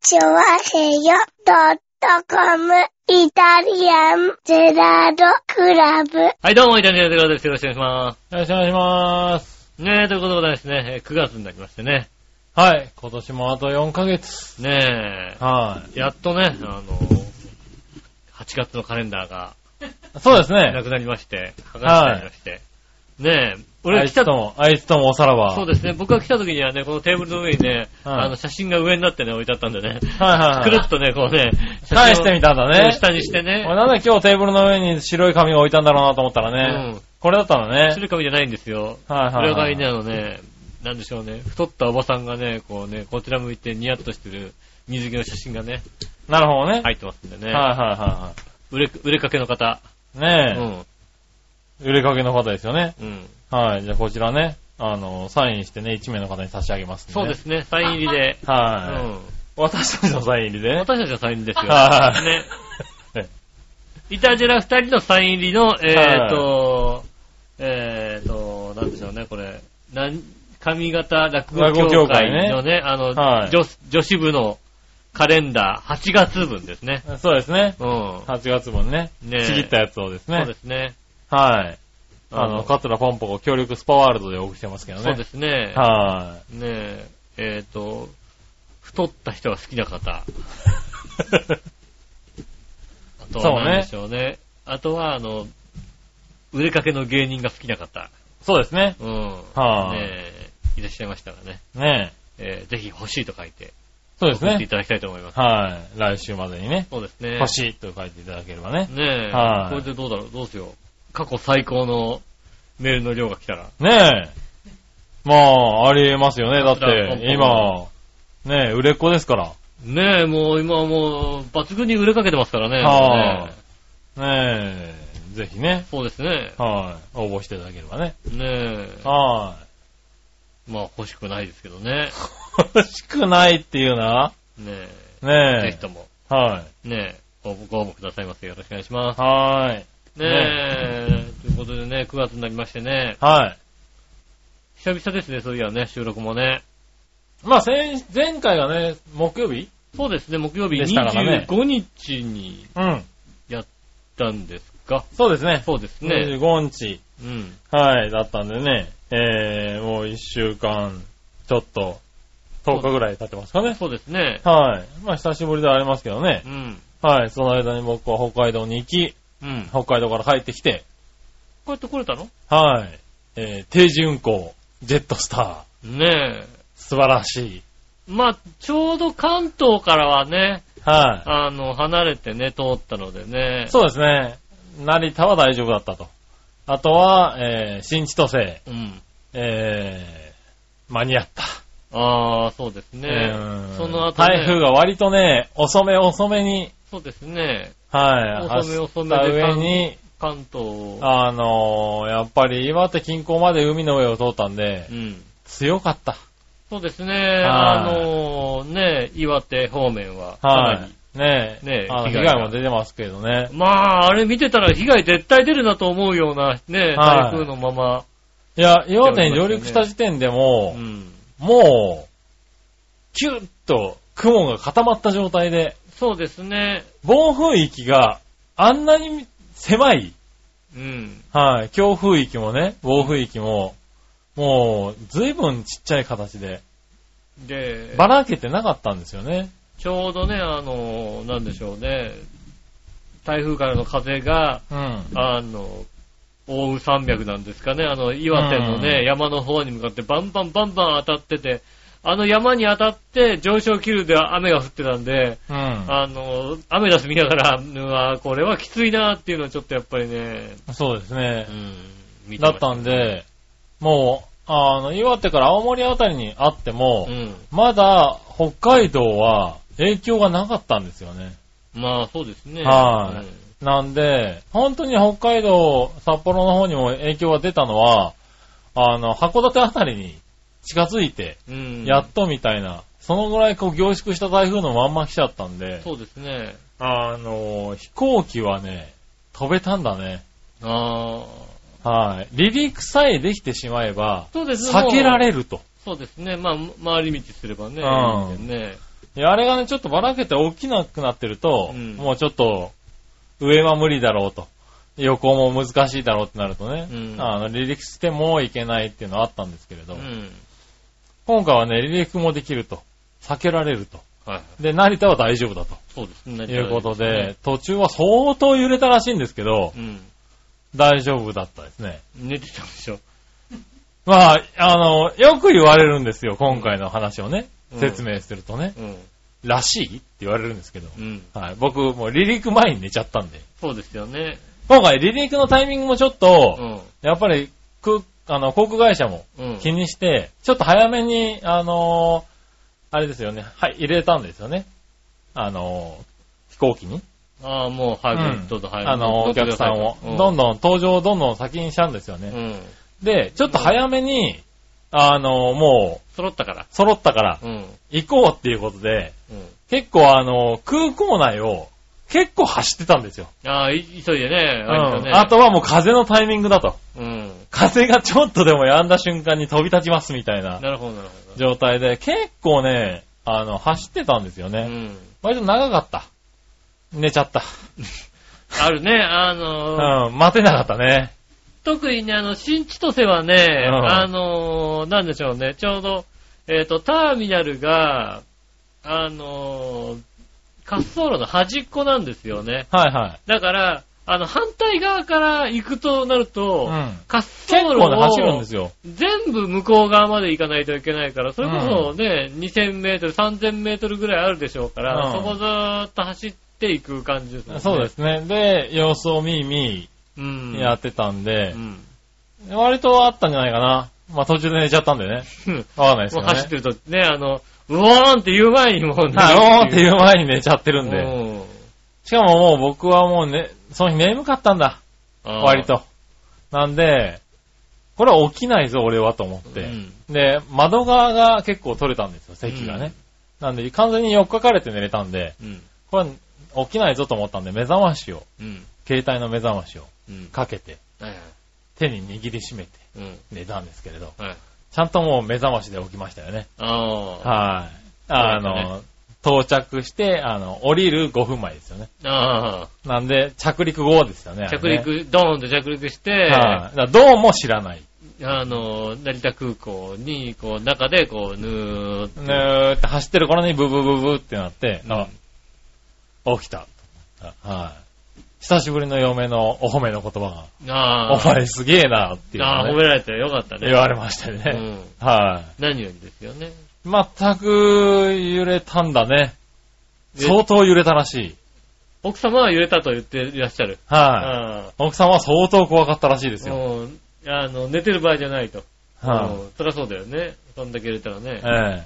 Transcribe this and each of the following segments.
チョワヘヨドットコムイタリアンゼラードクラブ。はい、どうも、イタリアンゼロです。よろしくお願いしまよろしくお願いします。す。ねえ、ということでですね、えー9月になりましてね。はい。今年もあと4ヶ月。ねはえ、やっとね、あの、8月のカレンダーがい。そうですなね。くなりまして、剥がしてなりまして。ねえ、あ俺い来つた、とも、あいつともおさらば。そうでですね、僕が来た時にはね、このテーブルの上にね、はいあの、写真が上になってね、置いてあったんでね、す。はいはくいるはっとね、こうね、い。返してみたんだね。ね。下にしてね俺、なんで今日テーブルの上に白い紙が置いたんだろうなと思ったらうんね。これだったの白ね。い紙じゃないんですよ。はいはい裏は側い。にね、あのね、なんでしょうね、太ったおばさんがね、こうね、こちら向いてニヤッとしてる水着の写真がね、なるほどね。入ってますんでね。はいはいは売れ、売れかけの方。いうはい。ねん。え。売れかけの方ですよね。うん。はい。じゃあこちらね、あの、サインしてね、1名の方に差し上げますん。そうですすね、サイン入りで。うはん。い。私 たちのサイン入りでね。私たちのサイン入りですよ。はいね。ねイタジェラ二人のサイン入りの、えはーいと、えーと、なんでしょうね、これ。なん、上方落語落語協協会会ねのね、あの、はい女子女子部のカレンダー8月分ですね。そうですね。うん。 8月分ね。ねえちぎったやつをですね。そうですね。はい。ああの、のカツラポンポコ協力スパワールドでお送りしてますけどね。。そうですすね。はねえ、えーと、太った人が好きな方。あとそうはね何でしょうね。あとは、あの、売れかけの芸人が好きな方。い。そうですね。うん。はいねえ、いらっしゃいましたらね、ねえ。えーぜひ欲しいと書いて、そうです送っていね。ただきたいと思います。はい。来週までにね、そうですね。欲しいと書いていただければね。ねえ、はいこれでどうだろう、どうしよう。過去最高のメールの量が来たら。ねえ。まあ、ありえますよね。だっカツラポンポて、コ今、ねえ、売れっ子ですから。ねえ、もう今はもう抜群に売れかけてますからね。はいねねえ、ぜひねえ、そうですね。はい。応募していただければね。ねえ、はまあ欲しくないですけどね。い。欲しくないっていうな。ねえ、ぜねひとも、え。はい。ねえ、ごご応募くださいませ。よろしくお願いします。はい。ねえ、ということでね、9月になりましてね、はい。久々ですね、そういやね、収録もね。まあ、先、前回がね、木曜日そうですね、木曜日でしたからね25日にうん。行ったんですか。そうですね。そうですね。 25日。うん。はい、だったんでね。えー、もう1週間、ちょっと、10日ぐらい経ってますかね。そうですね。はい。まあ、久しぶりではありますけどねう。ん。はい、その間に僕は北海道に行き、うん。こ北海道から帰ってきて、うやって来れたのはい。えー、定時運行、ジェットスター、ねえ。素晴らしい。まあ、ちょうど関東からはね、はあの、離れてね、通ったのでねい。。そうですね。成田は大丈夫だったと。あとは、えー、新千歳、うん。えー、間に合った。ああ、そうですねうん。その後、ね、台風が割とね、遅め遅めに、そうですね。はい、遅め遅めで走った上に、関東を。あのーやっぱり岩手近郊まで海の上を通ったんでう、ん。強かった。そうですね。あのね、岩手方面は。かなはりい。ねえ、ねえあの被被害が害も出てますけどね。まあ、あれ見てたら被害絶対出るなと思うような、ね、は台い風のまま。いや、岩手に出てますよね上陸した時点でうもう、ん。もう、キュッと雲が固まった状態で、そうですね。暴風域があんなに狭いうん。はい、強風域もね、暴風域も、もう、ずいぶんちっちゃい形で、で、ばらけてなかったんですよね。ちょうどね、あの、なんでしょうね。台風からの風が、うん。あの、大雨山脈なんですかね。あの、岩手のね、うん山の方に向かってバンバンバンバン当たってて、あの山に当たって上昇気流で雨が降ってたんで、うん。あの、アメダス見ながら、うわこれはきついなっていうのはちょっとやっぱりね、そうですねう。ん、見てだましったんで、もう、あの、岩手から青森あたりにあっても、うん。まだ北海道は影響がなかったんですよね。まあそうですね。はいうんなんで、本当に北海道、札幌の方にも影響が出たのは、あの、函館あたりに近づいて、うん。やっとみたいな、そのぐらいこう凝縮した台風のまんま来ちゃったんで、そうですね。あのー、飛行機はね、飛べたんだね。ああ。はい。離陸さえできてしまえば、そうですね。避けらる。れると。そうですね。まあ、回り道すればね。うんいいんでねいや、あれがね、ちょっとばらけて大きなくなってると、うんもうちょっと、上は無理だろうと。横も難しいだろうってなるとね、うんあの、離陸してもいけないっていうのはあったんですけれど、うん。今回はね、離陸もできると。避けられると。はい。で、成田は大丈夫だと。そうですね。いうことで、途中は相当揺れたらしいんですけどう、ん。大丈夫だったですね。寝てたんでしょ。まあ、あの、よく言われるんですよ、今回の話をね。うん説明するとね。うん。らしいって言われるんですけど。うん。はい。僕、もう離陸前に寝ちゃったんで。そうですよね。今回、離陸のタイミングもちょっと、うん。やっぱり、く、あの、航空会社もうん。気にして、ちょっと早めに、あのーあれですよね、はい、入れたんですよね。あのー飛行機に。ああ、もう、はい、うんどうぞ、はい。あのーお客さんを。どんどどん、登場をどんどん先にしたんですようね。ん。で、ちょっと早めに、あのーもう、揃ったから。揃ったから、うん。行こうっていうことで、うん。結構あのー空港内を、結構走ってたんですよ。ああ、い急いでね。割うんあとねはもう風のタイミングだと。うん。風がちょっとでも止んだ瞬間に飛び立ちますみたいななるほど、なるほど。状態で、結構ね、あの、走ってたんですようね。ん。割と長かった。寝ちゃった。あるね、あのー、うん、待てなかったね。特にね、あの、新千歳はね、うんあのー、なんでしょうね、ちょうど、えっ、と、ターミナルが、あのー、滑走路の端っこなんですよね。はいはい。だから、あの、反対側から行くとなると、うん滑走結路構ね、走るんをですよ。全部向こう側まで行かないといけないから、それこそね、2000メートル、3000メートルぐらいあるでしょうから、うんそこずーっと走っていく感じですもんね。そうですね。で、様子を見見うん。やってたんでう、ん。割とあったんじゃないかな。まあ途中で寝ちゃったんでね。わかんないですもうけど ね。走ってるとね、あの、うおーんって言う前に もうはいおーってういう前に寝ちゃってるんで。で。しかももう僕はもうね、その日眠かったんだ。割と。なんで、これは起きないぞ、俺はと思って。うんで、窓側が結構取れたんですよ、席がね。なんで、完全に4日かれて寝れたんで、うん。これは起きないぞと思ったんで、目覚ましを、うん。携帯の目覚ましをうん。かけて、はいはい。手に握りしめてうん。寝たんですけれど、はい。ちゃんともう目覚ましで起きましたよね。ああ。はい。あの、到着して、あの、降りる5分前ですよね。あなんで、着陸後ですよね。あ。あれ着ね。陸、ドーンと着陸して、はい。だからどうも知らない。あの、成田空港に、こう、中で、こう、ぬーっと。ねーって走ってる頃にブブブブってなって、うんあ、起きた。はい。久しぶりの嫁のお褒めの言葉が、あおあ。前すげえなっていうああ、の褒をめねられてよかったね。言われましたようね。ん。は何よりですよね。い。全く揺れたんだね。え相当揺れたらしい。奥様は揺れたと言っていらっしゃる。はい。ああ。奥さんは相当怖かったらしいですよ。もう、あの、寝てる場合じゃないと。はうんそりゃそうだよね。そんだけ入れたらねい。。え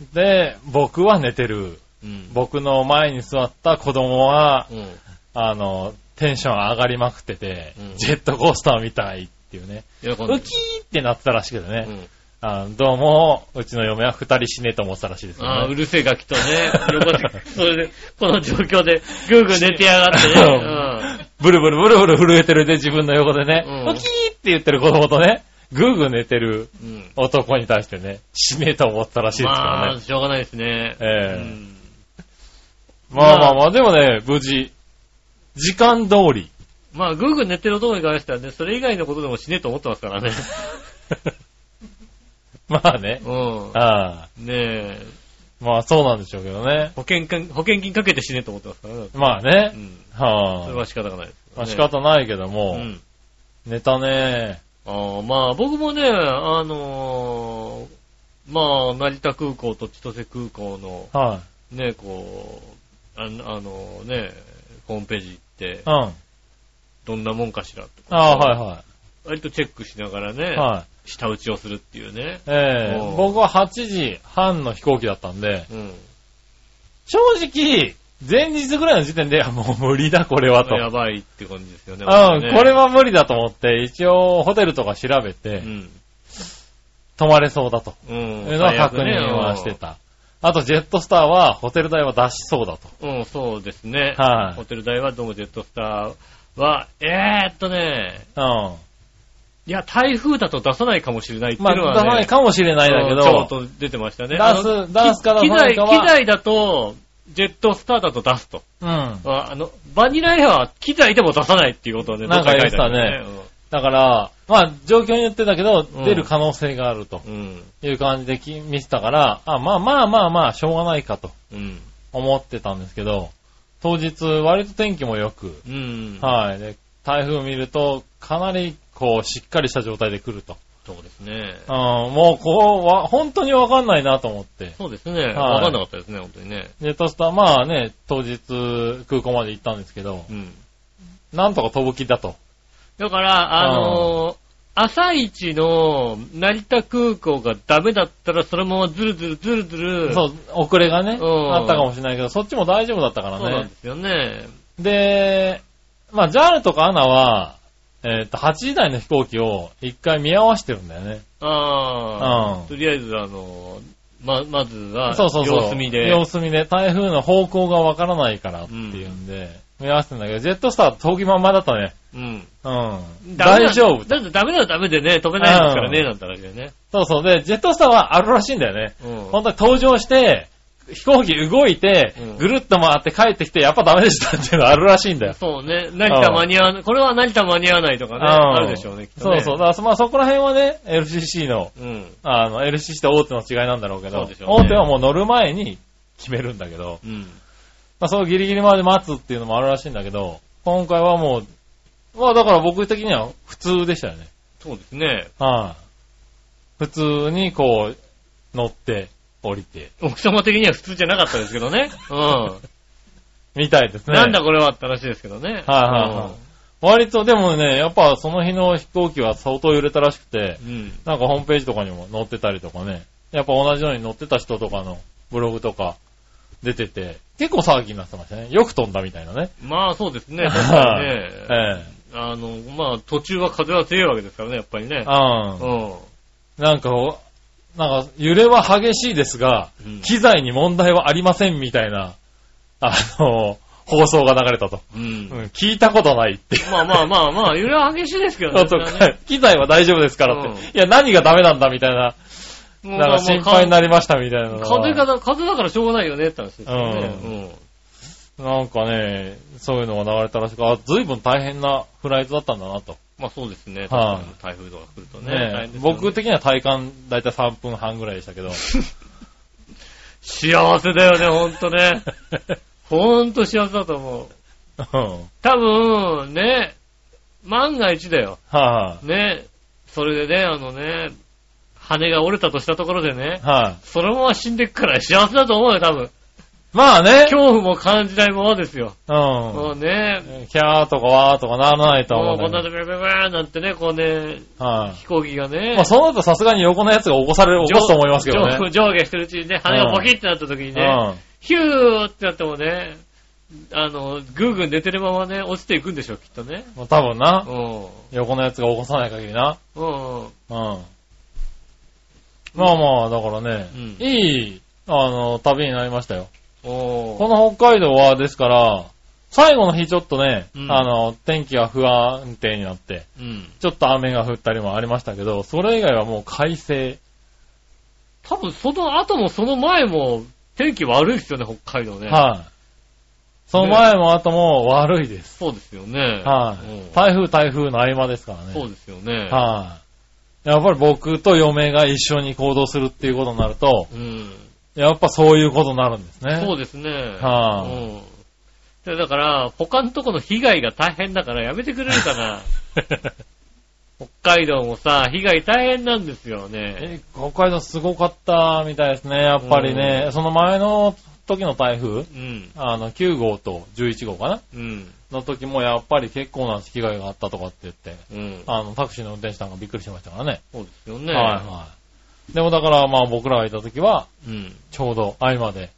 えで、僕は寝てる。うん。僕の前に座った子供はうん。あの、テンション上がりまくってて、うんジェットコースターみたいっていうね、喜んでウる。キーってなってたらしくてうね、ん。あのどうも、うちの嫁は二人死ねえと思ってたらしいですよ、ね。ああ、うるせえガキとね、 横で、それで、この状況で、ぐーぐー寝てやがってね。ブルブルブルブル震えてるで自分の横でね、うんウキーって言ってる子供とね、ぐーぐー寝てるうん。うん。男に対してね、死ねえと思ってたらしいですからまあ、ね。しょうがないですね。えうえん。まあまあまあ、でもね、無事、時間通り。 まあ、ぐーぐー寝てる男に関してはね、それ以外のことでも死ねえと思ってます からね。まあね、うああ、ん。ねえ、まあそうなんでしょうけどね。保険金、保険金かけて死ねえと思ってますからね。まあうね、ん。そはあれ。は仕方がないですよね、まあ、仕方ないけどうも、ん。寝たねああ、まあ、僕もね、あのーまあ、成田空港と千歳空港の、はね、こう、あのあのね、ホームページ行ってい。う、ん。あどんなもんかしらとか、あ、は割とチェックしながらねいはい。、はい。下打ちをするっていうね。ええおう僕は8時半の飛行機だったんで、うん。正直、前日ぐらいの時点で、あもう無理だこれはと。やばいって感じですよね。うん、これは、は無理だと思って、一応ホテルとか調べて、うん。泊まれそうだと。うん。いうのは確認はしてた。あと、ジェットスターはホテル代は出しそうだと。最悪ね。うん、そうですね。はいホテル代はどうもジェットスターは、えーっとね、うん。いや、台風だと出さないかもしれないっていうまあ、出のは、ね。さないかもしれないだけちょっど、と出てましたね。出すあの出すか機出さないかは機材、機材だと、ジェットスターだと出すと。うん。ああの、バニラエアは機材でも出さないっていうことで、なんか言ってたねどっかに書いてありましだから、まあ、状況によってだけど、うん出る可能性があるとたね。うん。いう感じでき見てたから、あ、まあまあまあまあ、しょうがないかとうん。思ってたんですけど、当日、割と天気も良く、うん。はい。で、台風見ると、かなり、こう、しっかりした状態で来ると。そうですね。うん、もう、こう、わ、本当にわかんないなと思って。そうですね。いわかんなかったですね、本当にね。ジェットスター、まあね、当日、空港まで行ったんですけどう、ん。なんとか飛ぶ気だと。だから、あのー朝一の成田空港がダメだったら、そのままずるずるずるずる。。そうう、遅れがね、うんあったかもしれないけど、そっちも大丈夫だったからそうなんねで。すよね。で、まあ、JAL とか ANA は、えっと、8時台の飛行機を一回見合わせてるんだよね。ああ、うんとりあえず、あの、ま、まずは、そうそうそう。様子見で。様子見で、台風の方向がわからないからっていうんで、見合わせてんだけど、ジェットスターは遠きまんまだったね。うん。うん。ダメな大丈夫。だってダメならダメでね、飛べないですからね、うんなんて話だよね。そうそう。で、ジェットスターはあるらしいんだよね。うん。本当に登場して、飛行機動いてうん、ぐるっと回って帰ってきて、やっぱダメでしたっていうのあるらしいんだよ。そうね。成田間に合わない、これは成田間に合わないとかね、うんあるでしょうね、きっとそうね。そう。だから、まあそこら辺はね、LCC の、う。うん。あの、LCC と大手の違いなんだろうけそど、うでしょうね大手はもう乗る前に決めるんだけど、うん。まあそのギリギリまで待つっていうのもあるらしいんだけど、今回はもう、まあだから僕的には普通でしたよね。そうですね。はい、普通にこう、乗って、降りて、奥様的には普通じゃなかったですけどね。うみたいですん。ね。なんだこれはって話ですけどね。はいはいはい割とでもね、やっぱその日の飛行機は相当揺れたらしくて、うんうん。なんかホームページとかにも載ってたりとかね。やっぱ同じように載ってた人とかのブログとか出てて、結構騒ぎになってましたね。よく飛んだみたいなね。まあそうですね。確かにえね。え。あの、まあ途中は風は強いわけですからね、やっぱりね。う。うんん。なんかお、なんか揺れは激しいですが、うん機材に問題はありませんみたいな、あの、放送が流れたと。うんうん、聞いたことないって。まあまあまあまあ、揺れは激しいですけどね。そうか機材は大丈夫ですからって。うんいや、何がダメなんだみたいな。もうなんか心配になりましたみたいなのが。風が、風だからしょうがないよねって話ですようね。なんかね、そういうのが流れたらしく、あ、随分大変なフライトだったんだなと。うん。まあそうですね。は確かに台風とか来るとね。大ね変ですよね僕的には体感だいたい3分半ぐらいでした けど。幸せだよね、ほんとね。ほんと幸せだと思う。うん多分、ね、万が一だよ。はね、それでね、あのね、羽が折れたとしたところでねい、はい。そのまま死んでくから幸せだと思うよ、多分。まあね。恐怖も感じないままですよ。もううね、ん。キャーとかワーとかならないとはもう思こうんんなだでけブルブルブルなんてね、こうね、ど。はい。飛行機がね、まあそうなるとさすがに横のやつが起こされる、起こすと思いますけどね。上上下してるうちにね、羽がボキってなった時にうね、ん。ヒューってなってもね、あの、ぐーぐー寝てるままね、落ちていくんでしょう、きっとね。まあ多分な。うん。横のやつが起こさない限りな。うん。うん。まあまあ、だからねうん、いい、あの、旅になりましたよ。こおーの北海道は、ですから、最後の日ちょっとね、うんあの、天気が不安定になって、うん。ちょっと雨が降ったりもありましたけど、それ以外はもう快晴。多分その後もその前も天気悪いですよね、北海道ね。はい、その前も後も悪いです。そうですよね。はい、うん台風台風の合間ですからね。そうですよね。はい、やっぱり僕と嫁が一緒に行動するっていうことになると、うん。やっぱそういうことになるんですね。そうですね。はいうんで。だから、他のとこの被害が大変だからやめてくれるか な。北海道もさ、被害大変なんですよね。 え北海道すごかったみたいですね、やっぱりね。その前の時の台風、うん。あの、9号と11号かなうん。の時もやっぱり結構な被害があったとかって言って、うん。あの、タクシーの運転手さんがびっくりしてましたからね。そうですよね。はいはい。でもだからまあ僕らがいた時は、うん。ちょうど合間で、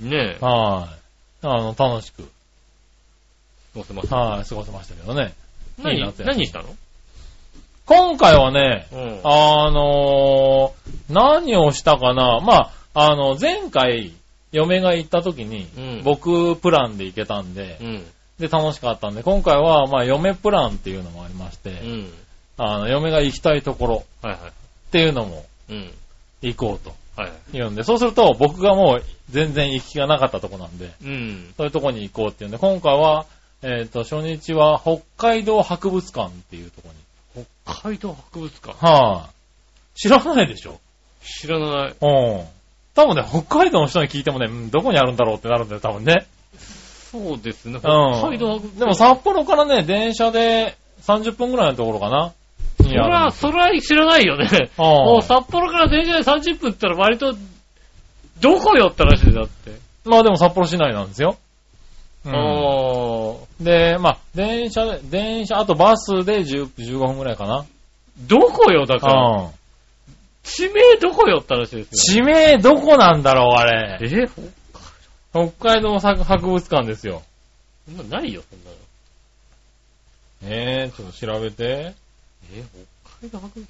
ねえ。はい。あの、楽しく、載せます。はい、過ごせましたけどね。いいな何って何したの今回はね、うん。あのー何をしたかなまあ、あの、前回、嫁が行った時に、うん僕プランで行けたんでう、ん。で、楽しかったんで、今回は、まあ、嫁プランっていうのもありまして、うん。あの、嫁が行きたいところはいはっていうのもい。うん。行こうとはいはい。言うんで、そうすると僕がもう全然行き気がなかったとこなんで、うん。そういうとこに行こうっていうんで、今回は、えっ、と、初日は北海道博物館っていうとこに。北海道博物館はい、知らないでしょ知らない。うん。多分ね、北海道の人に聞いてもね、うんどこにあるんだろうってなるんだよ、多分ね。そうですね。うん北海道博物館。でも、札幌からね、電車で30分ぐらいのところかな。そりゃ、そりゃ知らないよね。うんもう札幌から電車で30分って言ったら割と、どこよって話でだって。まあでも札幌市内なんですよ。うんああ。で、まあ、電車で、電車、あとバスで10 15分ぐらいかな。どこよだから。うん地名どこよって話です地名どこなんだろう、あよ。れ。えほ北海道博物館ですよ。そんなないよ、そんなの。えー、ちょっと調べて。え、北海道博物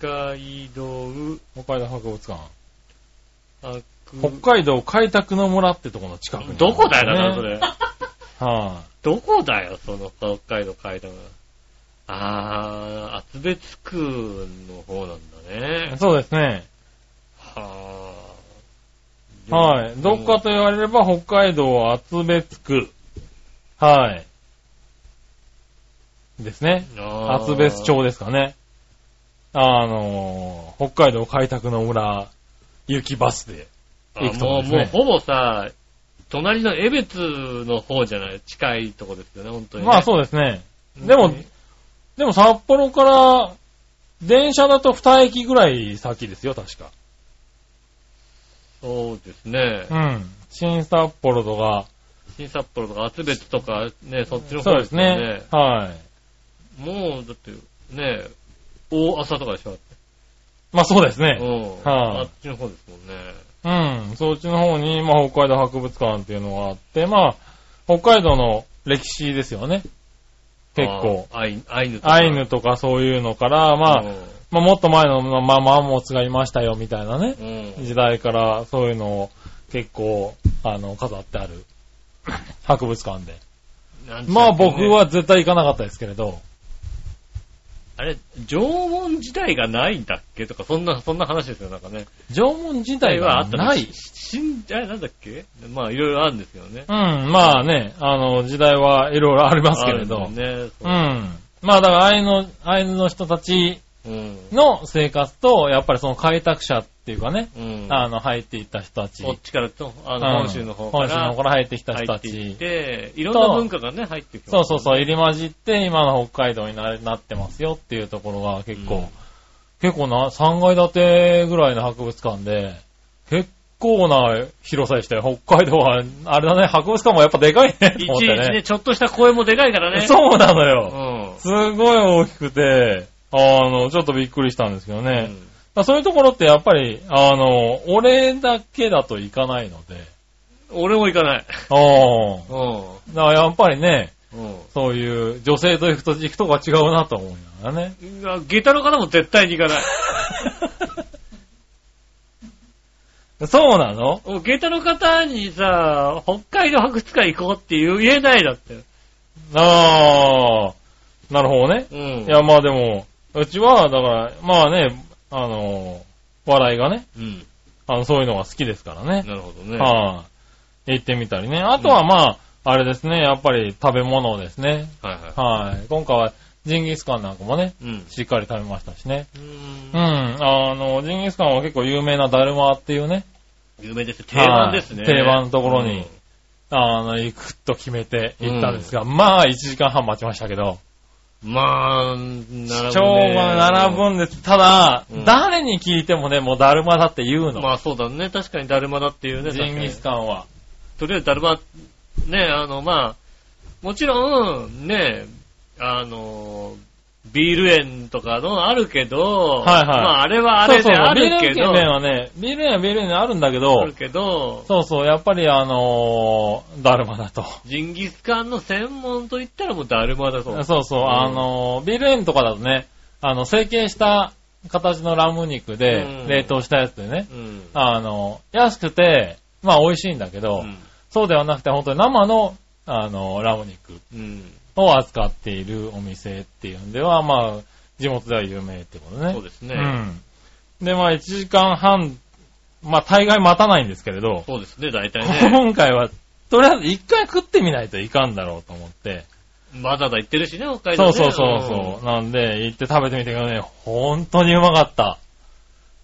館北海道北海道博物館。博物北海道開拓の村ってとこの近くに、どこだよ、だからそね。れ。はどこだよ、その北海道海道が。あー、厚別区の方なんだい、ね。そうですね。はー。はい。どっかと言われれば北海道厚別区。はい。ですね。あー厚別。町ですかね。あのー、北海道開拓の村、雪バスで。あ行くとこもう、ですねもうほぼさ、隣の江別の方じゃない近いとこですよね、本当にね、まあそうですね。うんでも、でも札幌から、電車だと2駅ぐらい先ですよ、確か。そうですね。うん。新札幌とか、新札幌とか厚別とかね、そっちのそ方うですね。はい。もう、だって、ね、大朝とかでしょ。まあそうですうね。ん。はいあっちの方ですもんね。うん。そっちの方に、まあ北海道博物館っていうのがあって、まあ、北海道の歴史ですよね。結構。あー。アイアイヌとか。アイヌとかそういうのから、まあ、まあ、もっと前の、まあ、まあマンモスがいましたよ、みたいなねう、ん。うん。時代からそういうのを結構、あの、飾ってある 博物館で。なんて言ったっけねまあ僕。は絶対行かなかったですけれど、あれ、縄文時代がないんだっけとか、そんな、そんな話ですよ、なんかね。縄文時代はな時代い。しん、あれ、なんだっけまあ、いろいろあるんですよね。うん、まあね、あの、時代はいろいろありますけれあるどん。だよね。うそん。まあだからアイヌ、アイヌの人たちううん。の生活と、やっぱりその開拓者っていうかね、うん。あの、入っていった人たち。こっちからと、あうんの、本州の方か本州のら方から入ってきた人入たっていっち。て、いろんな文化がね、入ってきます。そうそうそうう、入り混じって、今の北海道にななってますよっていうところが結構、うん結構な、3階建てぐらいの博物館で、結構な広さでしたよ。北海道は、あれだね、博物館もやっぱでかいね、いちと思いっちてね、ね。ちょっとした声もでかいからね。う。そうなのうよ。ん。すごい大きくて、あの、ちょっとびっくりしたんですけどね。うんまあそういうところってやっぱり、あの、俺だけだと行かないので、俺も行かない。ああうだからやっぱりね、ん。そういう女性と行くと行くとこは違うなと思いながらね。うん。いや下駄の方も絶対に行か ない。 そうなのもう下駄の方にさ、北海道博物館行こうって言う言えないだって。ああ、なるほどね。うん。いや、まあでも、うちは、だから、まあね、あの、笑いがね、うん。あの、そういうのが好きですからね。なるほどね。はい、行ってみたりね。あとはまあ、あれですね、やっぱり食べ物ですね。はいははい、今回はジンギスカンなんかもね、い。うん。しっかり食べましたしね。ううん、ーん。あの、ジンギスカンは結構有名なダルマっていうね、有名です。定番ですね。はい定番のところにうんあの、行くと決めて行ったんですが、まあ、1時間半待ちましたけど、まあ、並ぶ、ね。超並ぶんです。ただ、うん誰に聞いてもね、もうだるまだって言うの。まあそうだね。確かにだるまだっていうね。ジンギス確かカンは。にとりあえずだるま、ね、あの、まあ、もちろん、ね、あの、ビール園とかのあるけど、はいはいまああれはあれであビるールけど、麺はね、ビール麺はビール麺あるんだけあどる、けど、そうそう、やっぱりあのー、だるまだと。ジンギスカンの専門といったらもうだるまだそう。そうそう、うんあのー、ビール麺とかだとね、あの、成形した形のラム肉うで、ん冷凍したやつでね、うん。あのー、安くて、まあ美味しいんだけど、うんそうではなくて、本当に生の、あの、ラム肉うん。を扱っているお店っていうのでは、まあ、地元では有名ってことね。そうですね。うん。で、まあ、1時間半、まあ、大概待たないんですけれど、そうですね、大体 ね。今回は、とりあえず一回食ってみないといかんだろうと思って、わざわざ行ってるしね、北海道そねうそうそうそう。なんで、行って食べてみたけどね、本当にうまかった。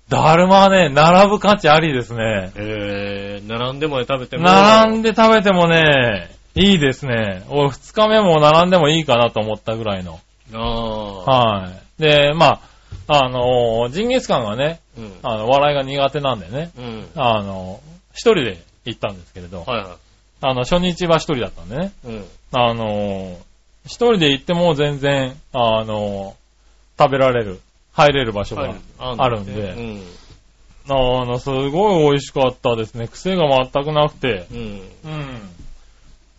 だるまはね、並ぶ価値ありですね。うん。えー、並んでまで食べても。並んで食べてもね、いいですね。俺二日目も並んでもいいかなと思ったぐらいの。ああ。はい。で、まあ、あの、ジンギスカンはね、うん。あの、笑いが苦手なんでね、うん。あの、一人で行ったんですけれど、はいはあの、初日は一人だったんでね、い。うん。あの、一人で行っても全然、あの、食べられる、入れる場所が、あるんでうん。あの、すごい美味しかったですね。癖が全くなくて、うん。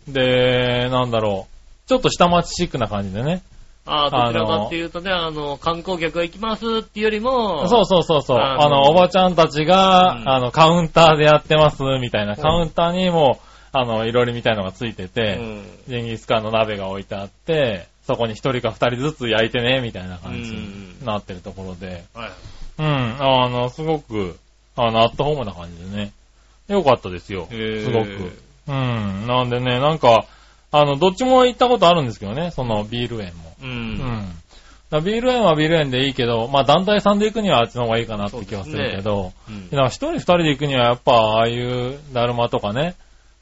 うん。で、なんだろう。ちょっと下町シックな感じでね。ああ、どちらかっていうとね、あの、観光客が行きますっていうよりも、そうそうそうそう。あのあの、おばちゃんたちが、うんあの、カウンターでやってます、みたいうな。んカウンターにも、あの、いろりみたいのがついてうて、ん。ジンギスカンの鍋が置いてあって、そこに一人か二人ずつ焼いてね、みたいな感じうんになってるところで。はい。うん、あの、すごく、あの、アットホームな感じでね。よかったですよ。へーすごく。うん。なんでね、なんか、あの、どっちも行ったことあるんですけどね、そのビール園も。ううん。ん。だからビール園はビール園でいいけど、まあ団体さんで行くにはあっちの方がいいかなって気はするけど、うんなんか一人二人で行くにはやっぱああいうだるまとかね、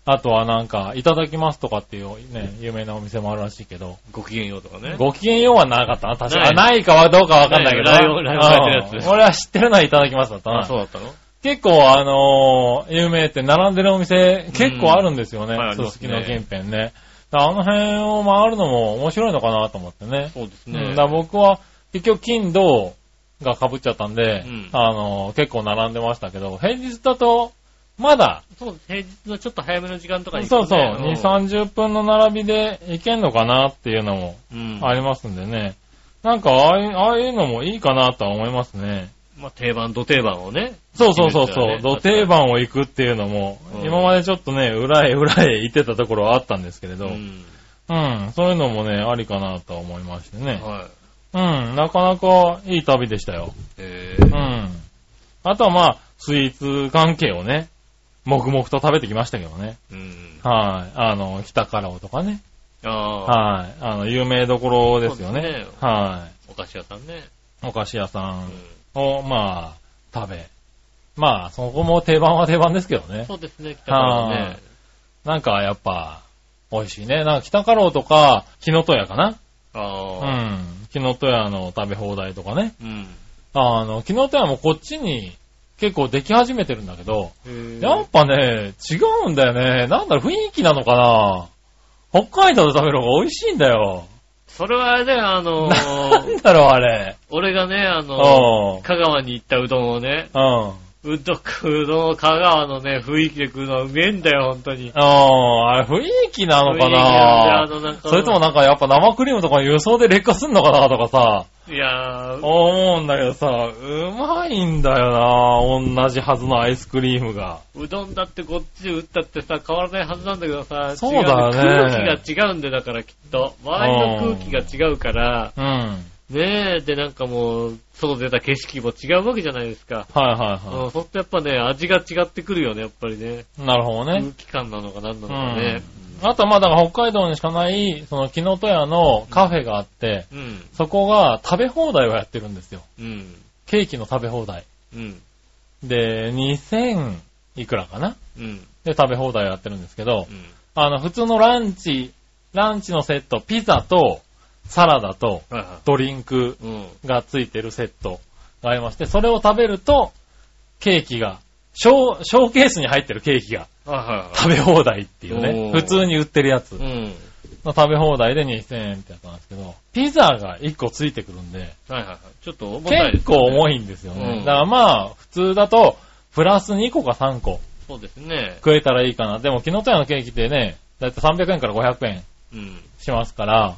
あとはなんか、いただきますとかっていうね、有名なお店もあるらしいけど、ごきげんようとかね。ご機嫌ようはなかったな、確かなあいないかはどうかわかんないけどな。ないよライブライブやってるやつうん俺は知ってるのはいただきますだったあ、なそう。だったの結構あのー有名って並んでるお店結構あるんですよねうんはいあ。りすますすきねの近辺ね。だからあの辺を回るのも面白いのかなと思ってね。そうですうんねだか。ら僕は結局金土が被っちゃったんでうん、あのー結構並んでましたけど、平日だと、まだ、そう、平日のちょっと早めの時間とかにそ行うくそとう、ね2、、30分の並びで行けんのかなっていうのもうん。ありますんでね。なんかああいう、ああいうのもいいかなとは思いますね。まあ、定番、土定番をね。そうそうそういそ、いうですよ土ね定番を行くっていうのも、うん今までちょっとね、裏へ裏へ行ってたところはあったんですけれど、ううん、ん。そういうのもね、ありかなとは思いましてね。はい。うん、なかなかいい旅でしたよ。えうー。ん。あとはまあ、スイーツ関係をね、黙々と食べてきましたけどね。うん。はい。あの、北からおとかね。ああ、はい。あの、有名どころですよね。そうですねはお菓子屋さんね。い。お菓子屋さうんんを、まあ、食べ。まあ、そこも定番は定番ですけどね。そうですね、北からね。なんかやっぱ、美味しいね。なんか北家老とか、木の戸屋かなうああ。ん。木の戸屋の食べ放題とかね。うん。あの、木の戸屋もこっちに結構でき始めてるんだけど、へーやっぱね、違うんだよね。なんだろう、雰囲気なのかな北海道で食べる方が美味しいんだよ。それはね、あのなーんだろう、あれ。俺がね、あのうー香川に行ったうどんをね、ん。うん。うどん、うどんを香川のね、雰囲気で食うのはうめえんだよ、本当に。ああー、あれ雰囲気な雰囲のか気なであのなんかそれともなんかやっぱ生クリームとか輸送で劣化すんのかなとかさ。いやー、思うんだけどさ、うまいんだよな同じはずのアイスクリームが。うどんだってこっちで打ったってさ、変わらないはずなんだけどさ、そうだよね違う空気が違うんで、だからきっと。周りの空気が違うから、うん。はいねえ、でなんかもう、外出た景色も違うわけじゃないですか。はいうん、はそうするとやっぱね、味が違ってくるよね、やっぱりね。い。なるほど空ね。気感なのか何なのうかんね。。あとはまあだから北海道にしかない、その木の戸屋のカフェがあって、うん、そこが食べ放題をやってるんですよ。うん、ケーキの食べ放題。うん、で、2000いくらかなうん、で食べ放題をやってるんですけどう、ん。あの普通のランチ、ランチのセット、ピザとサラダとはいはドリンクい。うん。がついてるセットがありまして、それを食べると、ケーキが、ショー、ショーケースに入ってるケーキがは食べ放題っていうね。おー普通に売ってるやついはい。うん。の食べ放題で2000円ってやつなんですけど、ピザが1個ついてくるんで、はいはいはい。ちょっと重たいで結すね構重いんですよね。うんだからまあ、普通だと、プラス2個か3個そうですね。食えたらいいかな。でも、昨日とやのケーキってね、だいたい300円から500円うん。しますから、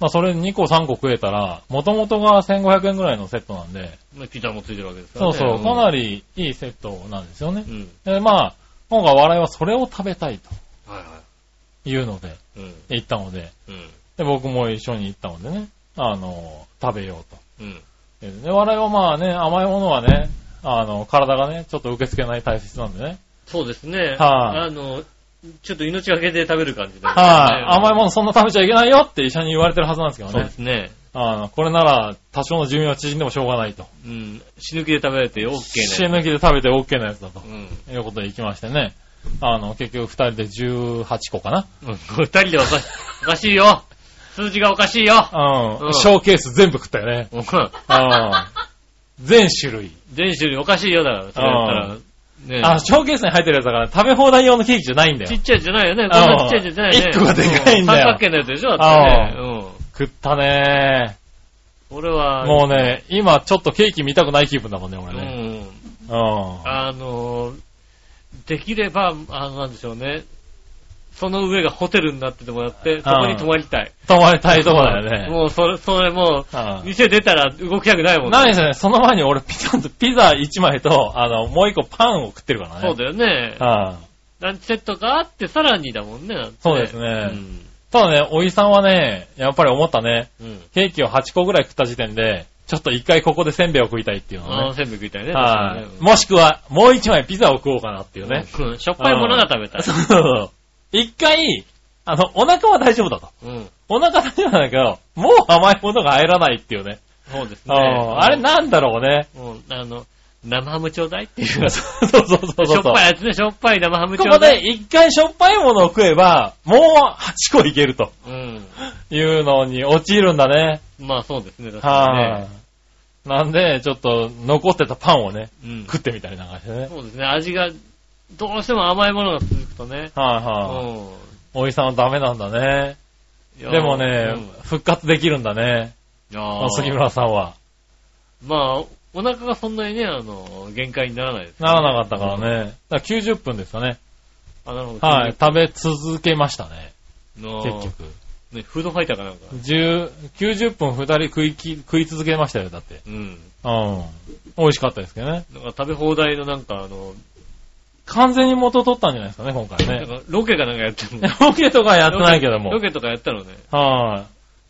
まあ、それ2個3個食えたら、元々が1500円ぐらいのセットなんで、まあピザもついてるわけですかそらうね。そう、かなり。りいいセットなんですよねう。ん。で、まあ、今回笑いはそれを食べたいとはいはいうので、い。うん。行ったので、うん。で、僕も一緒に行ったのでね、あの、食べようと。うん。でね、我々はまあね、甘いものはね、あの、体がね、ちょっと受け付けない体質なんでね。そうですね。はいあの、ちょっと命がけで食べる感じで。はい、甘いん。ものそんな食べちゃいけないよって医者に言われてるはずなんですけどそうでね。すね。あの、これなら多少の寿命は縮んでもしょうがないと。うん。死ぬ気で食べれて OK ね。死ぬ気で食べて OK なやつだとう。ん。いうことで行きましてね。あの、結局二人で18個かな。うん二人でおかしい、おかしいよ数字がおかしいようん。うんショーケース全部食ったよね。うんうん。全種類。全種類おかしいよだから、それだったら。あ、ねショーケースに入ってるやつだから食べ放題用のケーキじゃないんだちよっ。ちゃいじゃないよね。こんあなーちっちゃいじゃないよね。一個がでかいんだ三角よ形のやつでしょだってね。食ったねうん。俺は、もうね、今ちょっとケーキ見たくない気分だもんね、う俺ん。ね。うん。あのー、できれば、あの、なんでしょうね。その上がホテルになっててもらって、そこに泊まりたい。泊まりたいとこだよね。もう、それ、それもうんう、店出たら動きたくないもんないですよね。その前に俺ピザ、ピザ1枚と、あの、もう1個パンを食ってるからね。そうだよね。ああランチセットがあって、さらにだもんね。だってそうですねうんただね、おじさんはね、やっぱり思ったね。うん。ケーキを8個ぐらい食った時点で、ちょっと一回ここでせんべいを食いたいっていうのあはの、ね。せんべい食いたいね。は確い。もしくは、もう一枚ピザを食おうかなっていうかにねね。うんしょっぱいものが食べたいそ。う。 一回、あの、お腹は大丈夫だと。うん。お腹大丈夫なんだけど、もう甘いものが入らないっていうね。そうですうね。んあれなんだろうね。もう、あの、生ハムちょうだいっていう。 しそうそうそうそう。ょっぱいやつね、しょっぱい生ハムちこょこうだでい。一回しょっぱいものを食えば、もう8個いけるとうん。いうのに陥るんだね。まあそうですね、確かにはいね。、なんで、ちょっと残ってたパンをね、うん。食ってみたりなんかしてね。そうですね、味が、どうしても甘いものが続くとね。はい、うはい、おじさんはダメなんだね。ん。でもね、復活できるんだね。いやー杉村さんは。まあ、お腹がそんなにね、あの、限界にならないです。ならなかったからね。だから90分ですかね。あ、なるほど。はい。食べ続けましたね。の。結局。ね、フードファイターかなんか。 10 90分二人食いき、食い続けましたよ、だって。うん。うん。美味しかったですけどね。なんか食べ放題のなんかあの、完全に元取ったんじゃないですかね、今回なん ね。かロケかなんかやってるの。ロケとかやって ないけども。ロはい、ケとかやったのね。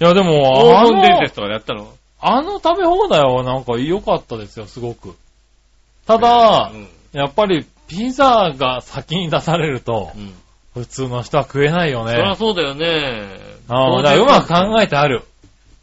いや、でも、あ黄金伝の説、とかでやったのあの食べ放題はなんか良かったですよ、すごく。ただう、ん。やっぱりピザが先に出されるとう、ん。普通の人は食えないよそりゃね。そうだよね。ああ、だからうまく考えてある。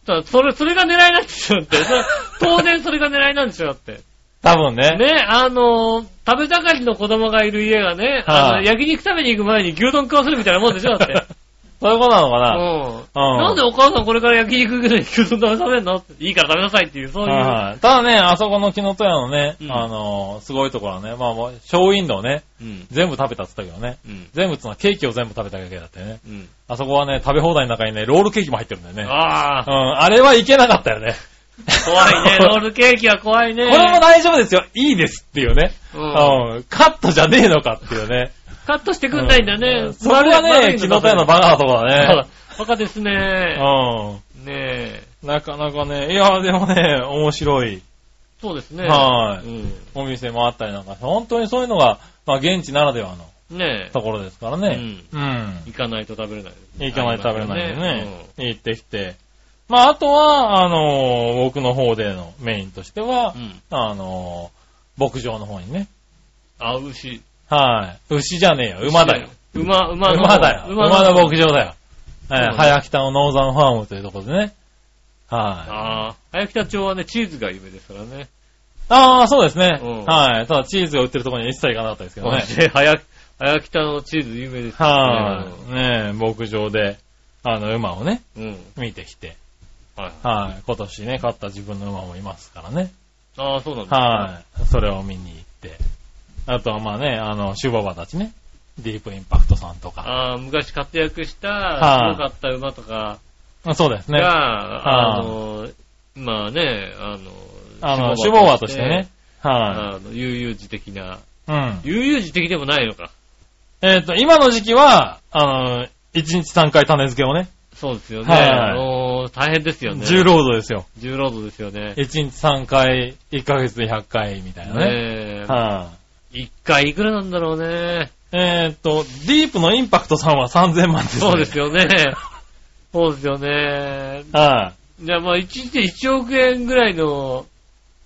え。それ、それが狙いなんですよって。 それ当然それが狙いなんですよって。多分ね。ね、あのー食べ盛りの子供がいる家がね、あはの、い焼肉食べに行く前に牛丼食わせるみたいなもんでしょだって。 そういうことなのかうな。ん。うんなんでお母さんこれから焼肉行くのに牛丼食べるのっていいから食べなさいっていう、そういう。はいただね、あそこの木の戸屋のね、うんあのー、すごいところはね、まあもう、ショーウィンドウね、うん。全部食べたって言ったけどね。うん。全部つうのはケーキを全部食べただけだってね。うん。あそこはね、食べ放題の中にね、ロールケーキも入ってるんだよね。ああう。ん、あれはいけなかったよね。怖いね。 ロールケーキは怖いね。これも大丈夫ですよ。いいですっていうね。ううんん、カットじゃねえのかっていうね。カットしてくんないんだね。うそれはね、木の戸屋のババカなとこだね。バカですね。ねうえ。ん。なかなかね、いや、でもね、面白い。そうですね。はいうんお店もあったりなんかして、本当にそういうのが、まあ、現地ならではのねところですからね。うんえ。行かないと食べれないですね。行かないと食べれないんでありね。行ってきて。まあ、あとは、あのー僕の方でのメインとしてまはすよね。う、ん。あのー牧場の方にね。あ、牛。はい。牛じゃねえよ。馬だよ。。馬、馬の。馬だよ。馬の牧場だよ。そうはだい。ね早北のノーザンファームというところでね。はい。ああ。早北町はね、チーズが有名ですからね。ああ、そうですねうん。はい。ただ、チーズが売ってるところには一切行かなかったですけどね。ね 早、早北のチーズ有名ですからねはい。ねえ、牧場で、あの、馬をね、うん。見てきて。はい。はい。今年ね、買った自分の馬もいますからね。ああ、そうなんですねはい。それを見に行って。あとはまあね、あの、シュババたちね。ディープインパクトさんとか。ああ、昔活躍したは、い強かった馬とかあそうですね。が、あいの、まあね、あの、あの、シュババとしてね。。はあの、悠々自適な、い。うん。悠々自適でもないのか。えっ、と、今の時期は、あの、1日3回種付けをね、そうですよね。はいあの大変ですよね。重労働ですよ。重労働ですよね。 1日3回、1ヶ月で100回みたいなね。ねえはい。一回いくらなんだろうね。 えっ、と、ディープのインパクトさんは3000万です、ね。そうですよね。そうですよね。はい。じゃあまあ一日で1億円ぐらいの、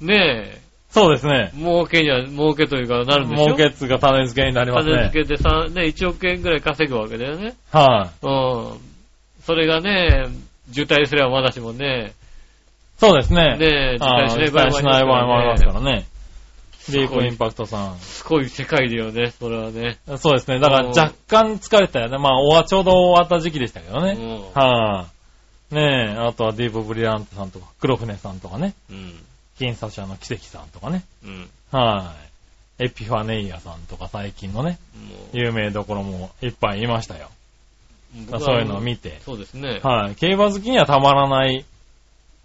ねそうですねえ、。儲けには、儲けというかなるんでしょ儲けっつうか種付けになります金ね。付けてさ、ね、1億円ぐらい稼ぐわけだよね。はい。うん。それがね、渋滞すればまだしもね、そうですね。ねえ、渋あ滞しあない場合期待しない場合もありますからね。ごいリーコインパクトさん。すごい世界だよね、それはね。そうですね。だからうん若干疲れたよね。まあ、おわちょうど終わった時期でしたけどうね。ん。はい、ねえ、あとはディープブリラントさんとか、黒船さんとかね。うん。金サシャの奇跡さんとかね。うん。もはい、エピファネイアさんとか最近のね、う有名どころもいっぱいいましたよ。僕はそういうのを見て。そうですね。はい、競馬好きにはたまらない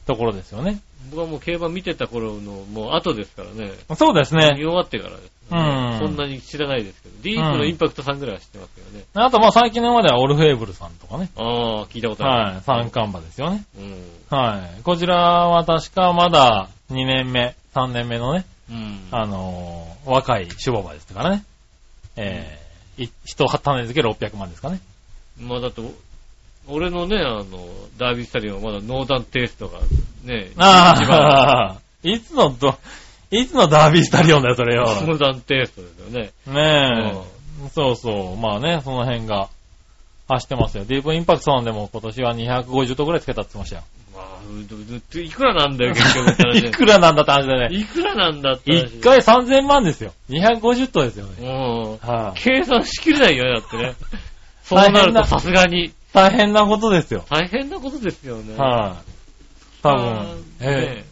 ところですよね。僕はもう競馬見てた頃の、もう後ですからね。そうです見ね。終わってからです、うんそんなに知らないですけど。ディープのインパクトさんぐらいは知ってますけどね。あとまあ最近のまではオルフェーブルさんとかね。ああ、聞いたことある。はい、三冠馬ですよね。うん。はい。こちらは確かまだ2年目、3年目のね、うん。あのー若い守護馬ですからね。えー、い一種付け600万ですかね。まあだって、俺のね、あの、ダービースタリオンはまだノーダンテイストがね、ああ、 いつのど、いつのダービースタリオンだよ、それよ。ノーダンテイストですよね。ねえ。そうそう。まあね、その辺が走ってますよ。ディープインパクトさんでも今年は250頭ぐらいつけたって言ってましまあ、うずずずいくらなんだよ、結局ってたよ。話 いくらなんだって話だよね。いくらなんだって話1。回3000万ですよ。250頭ですよね。うん。はい、計算しきれないよね、だって ね。そうなるとさすがに大変なことですよ。大変なことですよね。はい、多分、えええね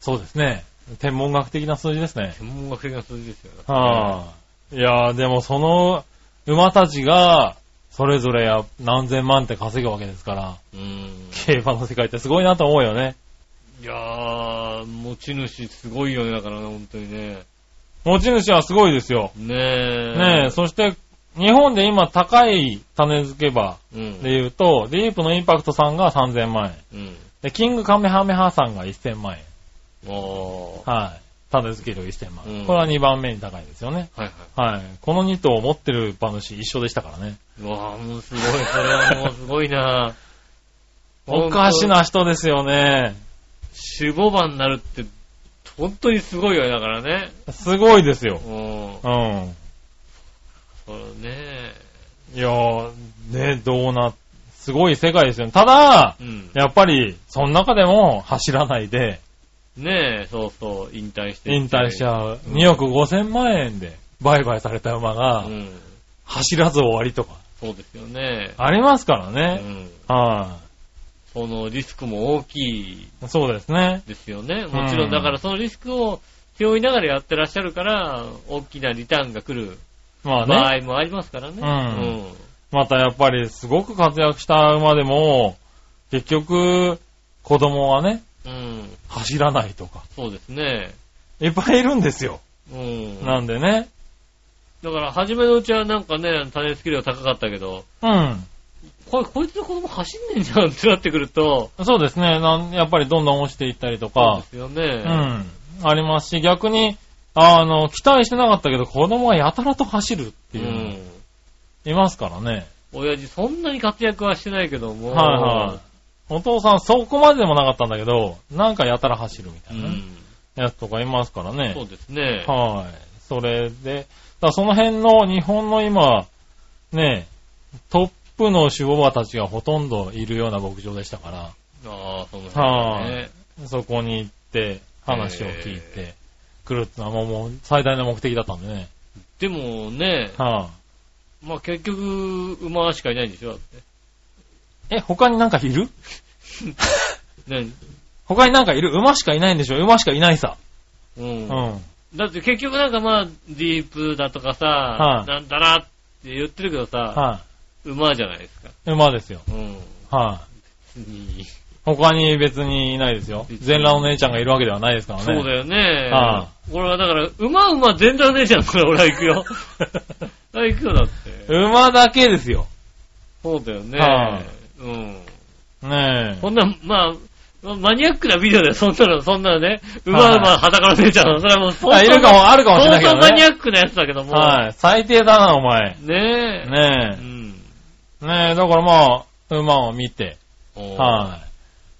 そうですね。天文学的な数字ですね。天文学的な数字ですよね。はい、いやー、でもその馬たちが、それぞれや何千万って稼ぐわけですから、うん。競馬の世界ってすごいなと思うよね。いやー、持ち主すごいよね、だからね、本当にね。持ち主はすごいですよ。ねえ。ねえ、そして、日本で今高い種付け馬うん。で言うと、ディープのインパクトさんが3000万円。うん。で、キングカメハメハさんが1000万円。あー。はい。種付け料1000万円。うんこれは2番目に高いですよね。はいははい。この2頭を持ってる馬主一緒でしたからね。い。うわぁ、もうすごい、それはもうすごいなぁ。 おかし。な人ですよね。守護場になるって、本当にすごいよね、だからね。すごいですよ。うん。うん。そうねいやー、ね、どうな、すごい世界ですよね。ただ、うん。やっぱり、その中でも走らないで、ねえ、そうそう、引退して。引退しちう。ゃう。2億5千万円で売買された馬がう、ん。走らず終わりとか、そうですよね。ありますからうね。ん。はそのリスクも大きいい。そうですね。ですよね。もちろ、うんんだからそのリスクを背負いながらやってらっしゃるから、大きなリターンが来るまあね。場合もありますからね。うんまたやっぱりすごく活躍した馬でも、結局、子供はね、うん。うん。走らないとか、そうですね。いっぱいいるんですよ。うん。なんでね。だから、初めのうちはなんかね、種付け量高かったけど、うん。ここいつの子供走んねんじゃんってなってくると、そうですね。なんやっぱりどんどん落ちていったりとそうかで、すようね。ん。ありますし、逆に、あの、期待してなかったけど、子供がやたらと走るってういうのもん。いますからね。親父そんなに活躍はしてないけども、はいはい。お父さんそこまででもなかったんだけど、なんかやたら走るみたういなねん。やつとかいますからね。そうですね。はい。それで、だからその辺の日本の今、ねえ、トップの守護馬たちがほとんどいるような牧場でしたかああ、そうですはね。ら、そこに行って話を聞いてくるってのはもうもう最大の目的だったんでね。でもね、はまあ結局、馬しかいないんでしょだ って。い。え、他になんかいるね、他になんかいる馬しかいないんでしょ馬しかいないさ。う。うんん。だって結局なんかまあ、ディープだとかさ、はいなんだらって言ってるけどさ、は馬じゃないですか。い。馬ですよ。うん。はい。に他に別にいないですよ別。に全裸の姉ちゃんがいるわけではないですからね。そうだよね。ああ俺はだから、馬馬全然姉ちゃんから俺は行く よ。あ行くよだって。馬だけですよ。そうだよね。ああうん。ねえ。こんな、まあ、まマニアックなビデオだよ、そんなの、そんなのね。馬は馬裸の姉ちゃんの、それはもう相当、あ、いるかも、あるかもしれない相けど当ね。マニアックなやつだけども。はい。最低だな、お前。ねえ。ねうん。え。ねえ、だからまあ、馬を見て、おーはい。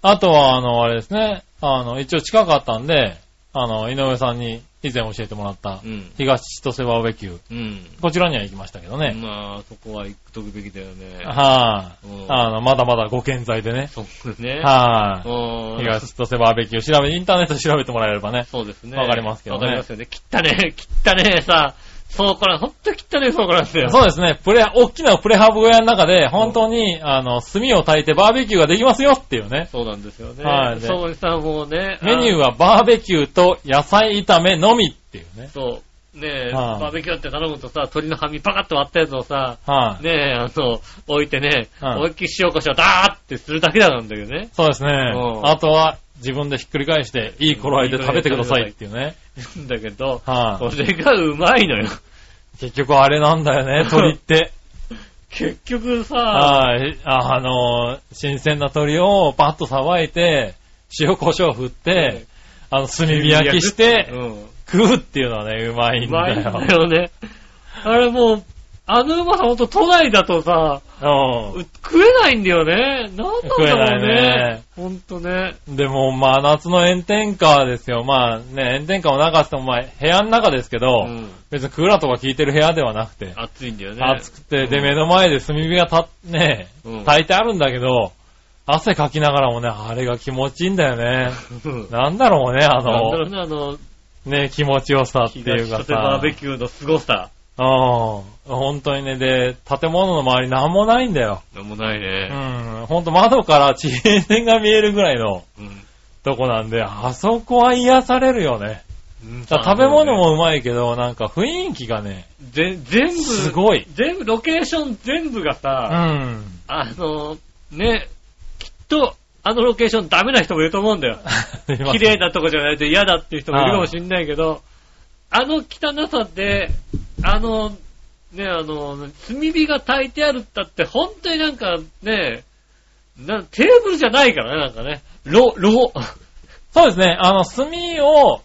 あとは、あの、あれですね、あの、一応近かったんで、あの、井上さんに以前教えてもらったう、ん。東千歳バーベキュー、うん。こちらには行きましたけどね。まあ、そこは行くとくべきだよね。はうい。んあの、まだまだご健在でね。そうね。はい。うん東千歳バーベキュー調べ、インターネットで調べてもらえればね。そうですね。わかりますけどねわかりますよね。切ったね、切ったね、さ、倉庫なん、ほんと切ったね、倉庫なんですよ。そうですね。プレ、大きなプレハブ小屋の中で、本当に、あの、炭を焚いてバーベキューができますよっていうね。そうなんですよね。はいでそう森さんもうね。メニューははバーベキューと野菜炒めのみっていうね。そう。ねえ、はいバーベキューって頼むとさ、鶏のハミパカッと割ったやつをさ、はい。ねえ、あの、置いてね、はい思いっきり塩コショウダーってするだけなんだけどね。そうですね。んあとは、自分でひっくり返して、いい頃合いで食べてくださいっていうね。だけど、はこれがうまいのよ。い。結局あれなんだよね、 鶏って。結局さ、はい。ああのー、新鮮な鶏をパッとさばいて、塩胡椒振って、あの、炭火焼きしうて、ん。食うっていうのはね、うまいうんまだいんよ。だよね。あれもう、あのうまさほんと都内だとさ、うう食えないんだよね。なんなんだ食えろなういねね。ほんとね。ん。でも、まあ、夏の炎天下ですよ。まあ、ね、炎天下もなかったも、まあ、部屋の中ですけど、うん別にクーラーとか効いてる部屋ではなくて、暑いんだよね。暑くて、うで、ん目の前で炭火がた、ね、うん炊いてあるんだけど、汗かきながらもね、あれが気持ちいいんだよね。うんなんだろうね、あなんだろのう、ね、あの、ね、気持ちよさっていう東立かさ。てバーベキューの凄さ。うん。本当にね、で、建物の周りなんもないんだよ。なんもないね。うん。ほんと窓から地平線が見えるぐらいのうんとこなんで、あそこは癒されるよね。だから食べ物。もうまいけど、なんか雰囲気がね、ぜ全部、すごい。全部、ロケーション全部がうさ、ん。 あの、ね、きっと、あのロケーションダメな人もいると思うんだよ。綺麗なとこじゃないと嫌だっていう人もいるかもしんないけど、あの汚さで、あの、ね、あの、炭火が焚いてあるったって、本当になんかね、なテーブルじゃないからね、なんかね。ろ、ろ、そうですね。あの、炭を、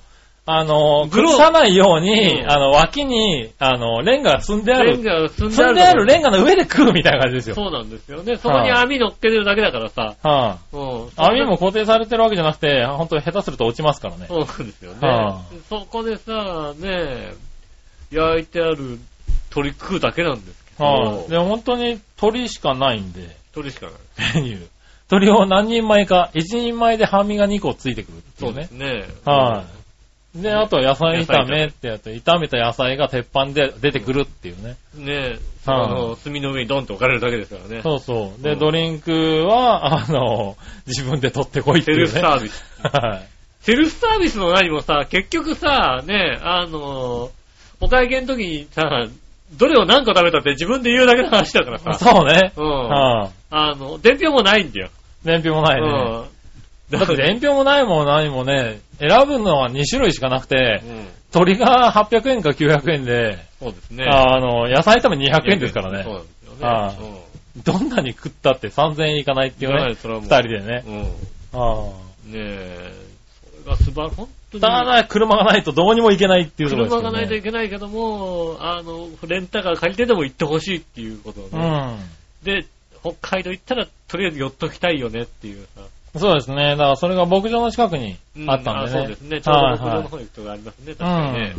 あの、グロー崩さないように、うんあの、脇に、あの、レンガが積んであレンる。ガが積んであ積る。んであるレンガの上で食うみたいな感じですよ。そうなんですよね。そこに網乗っけてるだけだからさ。はうん。あ、網も固定されてるわけじゃなくて、本当に下手すると落ちますからね。そうなんですよね。はあそこでさ、ね、焼いてある鳥食うだけなんですけど、はい、で、本当に鳥しかないんで、鳥しかない。メニュー。鳥を何人前か、1人前で半身が2個ついてくるってそいううでねす。ね。はい、で、あと野菜炒野菜炒めめってやって、炒めた野菜が鉄板で出てくるっていうね。ねえ、そはいの、炭の上にドンと置かれるだけですからね。そうそう。うで、んドリンクは、あ の、自分で取ってこいってセいルうフね。サービス。はい。セルフサービスの何もさ、結局さ、ねえ、あの、お会計の時にさ、どれを何個食べたって自分で言うだけの話だからさ。 そうね。う。うんん。あの、伝票もないんだよ。伝票もないね。うん。だって伝票もないも何もね、選ぶのは2種類しかなくてう、ん。鳥が800円か900円で、そうですね。あの、野菜炒め200円ですからそうね。なんですよね。ああどんなに食ったって3000円いかないってういん。ういかなねい、それは2もう。人でね。うん。あねえ、それが素晴らしい。本当あに。ただ、車がないとどうにもいけないっていうところです車けがどないといね。けないけども、あの、レンタカー借りてでも行ってほしいっていうことで、で、北海道行ったらとりあえず寄っときたいよねっていうさ。うん。そうですね。だからそれが牧場の近くにうあったんでね。そうですね。ちょうどはい北は道いの方に行くとこありますね、確かにね。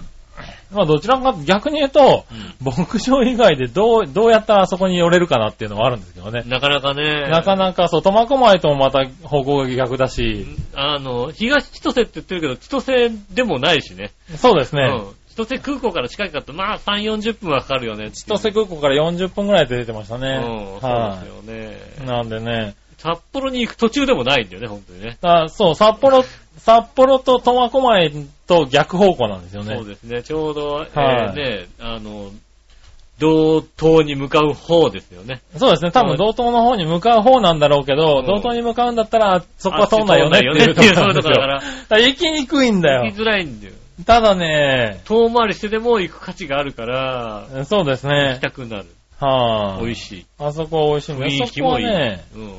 まあどちらか、逆に言うと、牧場以外でどう、どうやったらあそこに寄れるかなっていうのはあるんですけどね。なかなかね、なかなか、そう、苫小牧ともまた方向が逆だし、あの、東千歳って言ってるけど、千歳でもないしね。そうですね。うん千歳空港から近いかと、まあ3、40分はかかるよね。千歳空港から40分くらいで出てましたね。うん、はそうですよい、ね。なんでね。札幌に行く途中でもないんだよね、本当にね。あそう、札幌、札幌と苫小牧と逆方向なんですよね。そうですね。ちょうど、えーはいね、あの、道東に向かう方ですよね。そうですね。多分道東の方に向かう方なんだろうけど、うん道東に向かうんだったら、そこは通んないよねっていうとあっこち通んろなないよねっていうそういんですよ。うとこだからだから行きにくいんだ行よき。づらいんだよ。ただね、遠回りしてでも行く価値があるから、そうです行ねき。たくなる。はぁ、美味しい。あそこは美味しいんで雰囲そ気こもはいい。ね、うん。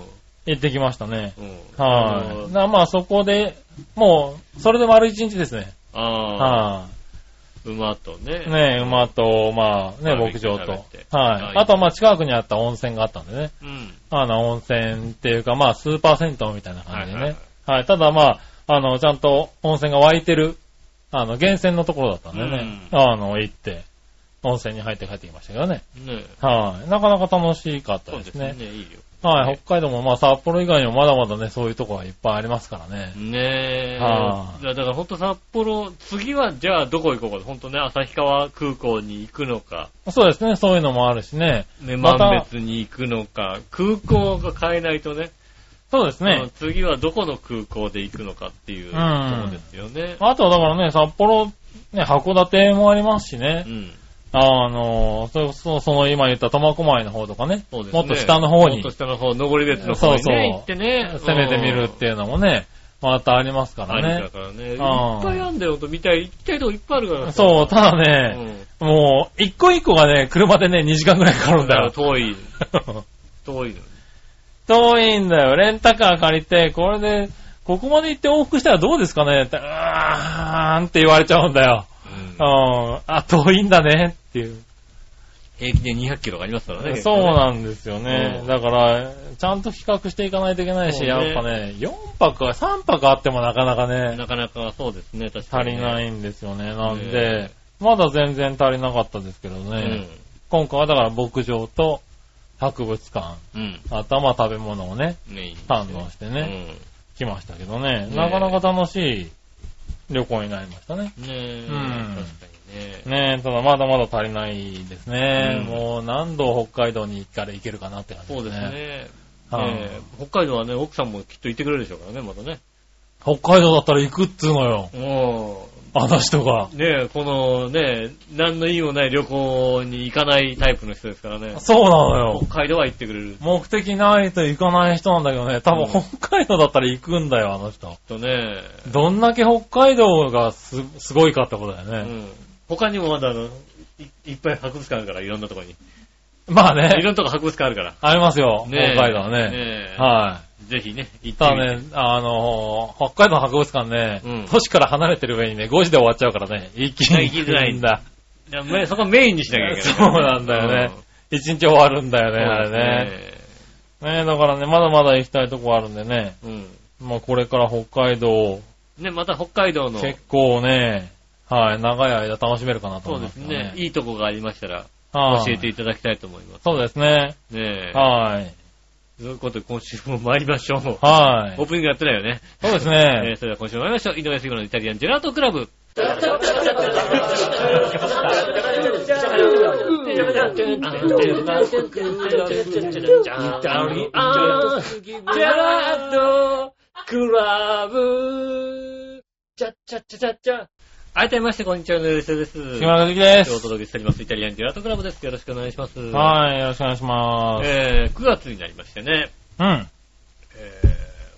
行ってきましたね。うん。はい、い。なまあそこで、もう、それで丸一日ですね。あーはい、馬とね。ねえ、馬と、まあバね、ーベ牧キュー食場と。べはいて。はいあと、まあ近くにあった温泉があったんでね。うん。あの、温泉っていうか、まあスーパー銭湯みたいな感じではいはいね。はい。ただまあ、あの、ちゃんと温泉が湧いてる、あの、源泉のところだったんでね。うあの、行って、温泉に入って帰ってきましたけどね。ねえ。はい。なかなか楽しかったそうでですすねね。。いいよ。はい。北海道もまあ札幌以外にもまだまだね、そういうとこはいっぱいありますからね。ねえ。はいいやだから本当札幌、次はじゃあどこ行こうか。本当ね、旭川空港に行くのか、そうですね、そういうのもあるしね。ね、ま万た別に行くのか、空港が変えないとね、そうですあのね。次はどこの空港で行くのかっていううんところですよね。あとはだからね、札幌、ね、函館もありますしねう。ん。あの、それこそ、その今言った苫小牧の方とかね。そうですね。もっと下の方もっにと下の方、上り別の方にそうそうね、行ってね。攻めてみるっていうのもね、またありますかあらりだね。からね。いっあぱいあんだよ、ほんと見たい、行きたいとこいっぱいあるからさそう、ただうね、ん。もう、一個一個がね、車でね、2時間くらいかかるだんかだらよ。遠い、遠いの。遠いんだよ。レンタカー借りて、これで、ここまで行って往復したらどうですかねって、うーんって言われちゃうんだよ。うんうん。あ、遠いんだねっていう。平均で200キロがありますからね。そうなんですよねう。んだから、ちゃんと比較していかないといけないし、そうねやっぱね、4泊、3泊あってもなかなかね、なかなかそうですね、確か足に、。りないいんですよね。なんでね、まだ全然足りなかったですけどうねん。。今回はだから牧場と博物館、うん。あとはまあ食べ物をね、ねいいですね堪能してね、来ましたけどね、ねなかなか楽しい旅行になりましたね。うん。ねえ、うん確かにね。ねえ、ただまだまだ足りないですね。うんもう何度北海道に行ったら行けるかなって感じそうですね。ねはいえ北海道はね、奥さんもきっと行ってくれるでしょうからね、またね。北海道だったら行くっつうのよ。もあの人が。う、ねえ、このね、何の意味もない旅行に行かないタイプの人ですからね。そうなのよ北。海道は行ってくれる。目的ないと行かない人なんだけどね、多う分ん北海道だったら行くんだよ、あの人。とね、どんだけ北海道がす、すごいかってことだうよね。ん。他にもまだあの、いいっぱい博物館あるから、いろんなとこに。いまあろんね、なとこ博物館あるから。ありますよ、北ねえ海道はねね。えはぜひね、行い。ってたみてだね、あのー北海道博物館ね、うん都市から離れてる上にね、5時で終わっちゃうからね、行きにくいんだ。いやめそこメインにしなきゃいけない。そうなんだよね。1日終わるんだうよん。ね、あそうれね。ですねえ、だからね、まだまだ行きたいとこあるんでね。ね。まあこれから北海道、うん。ね、また北海道の、結構ね、はい、長い間楽しめるかなとそう思いでますすね、いいとこがありましたら、はい教えていただきたいと思います。そうですね。ねえ。はい。ということで、今週も参りましょう。はオーい。プニングやってないよね。そうですえねー。それでは今週も参りましょう。井上杉村のイタリアンジェラートクラブ。改めまして、こんにちは、井上杉です。木村和之で今日おす。届けしております、イタリアンジェラートクラブです。よろしくお願いします。はい、よろしくお願いします。えー、9月になりましてね、うん。え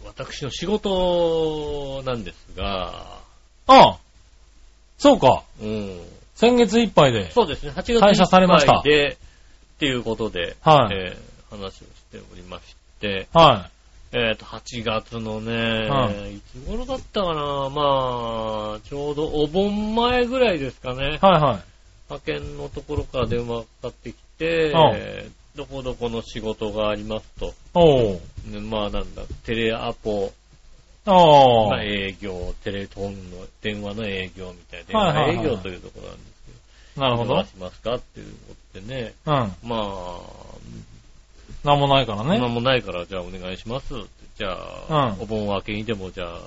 ー、私の仕事なんですが、あそうか。うん、先月いっぱいで。そうですね、8月いっぱ退い社されましたで、っていうことで、はいえー話をしておりまして、はえっ、と、8月のね、はいつ頃だったかな、まあ、ちょうどお盆前ぐらいですかねい。、はいは派遣のところから電話がかかってきて、うんえーどこどこの仕事がありますと、い。おう。ねまあなんだ、テレアポ、おう。まあ、営業、テレフォンの電話の営業みたいな、電はいはいはい話営業というところなんですけど、なるほ電ど話。しますかっていうことってね、うん。まなんもないからあ、今ね。もないから、じゃあお願いしますって。じゃあ、うんお盆明けにでも、じゃあ、あの、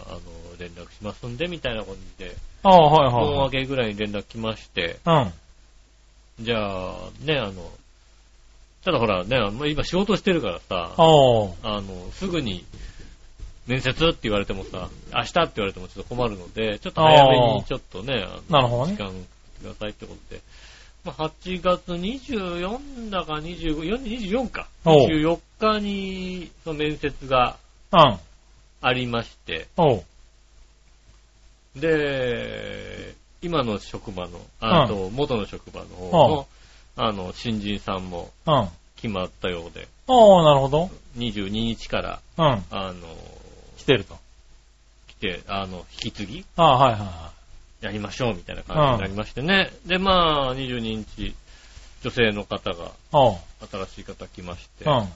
連絡しますんで、みたいな感じで、ああ、はいお盆は明けぐらいに連絡来まして、い。うん。じゃあ、ね、あの、ただほらね、あの今仕事してるからさ、おう。あの、すぐに、面接って言われてもさ、明日って言われてもちょっと困るので、ちょっと早めあーにちょっとね、あなるほど時ね。間くださいってことで、まあ、8月24だか25、24か、おう24日にその面接がうん。ありまして、おう。で、今の職場の、あうんと元の職場の方の、あの、新人さんもうん。決まったようで、おう、なるほど。 22日から、うん。あの、来てると。来て、あの、引き継ぎああ、はいはいはい。やりましょうみたいな感じになりましてね。で、まあ、22日、女性の方が、おう。新しい方来まして、うねん。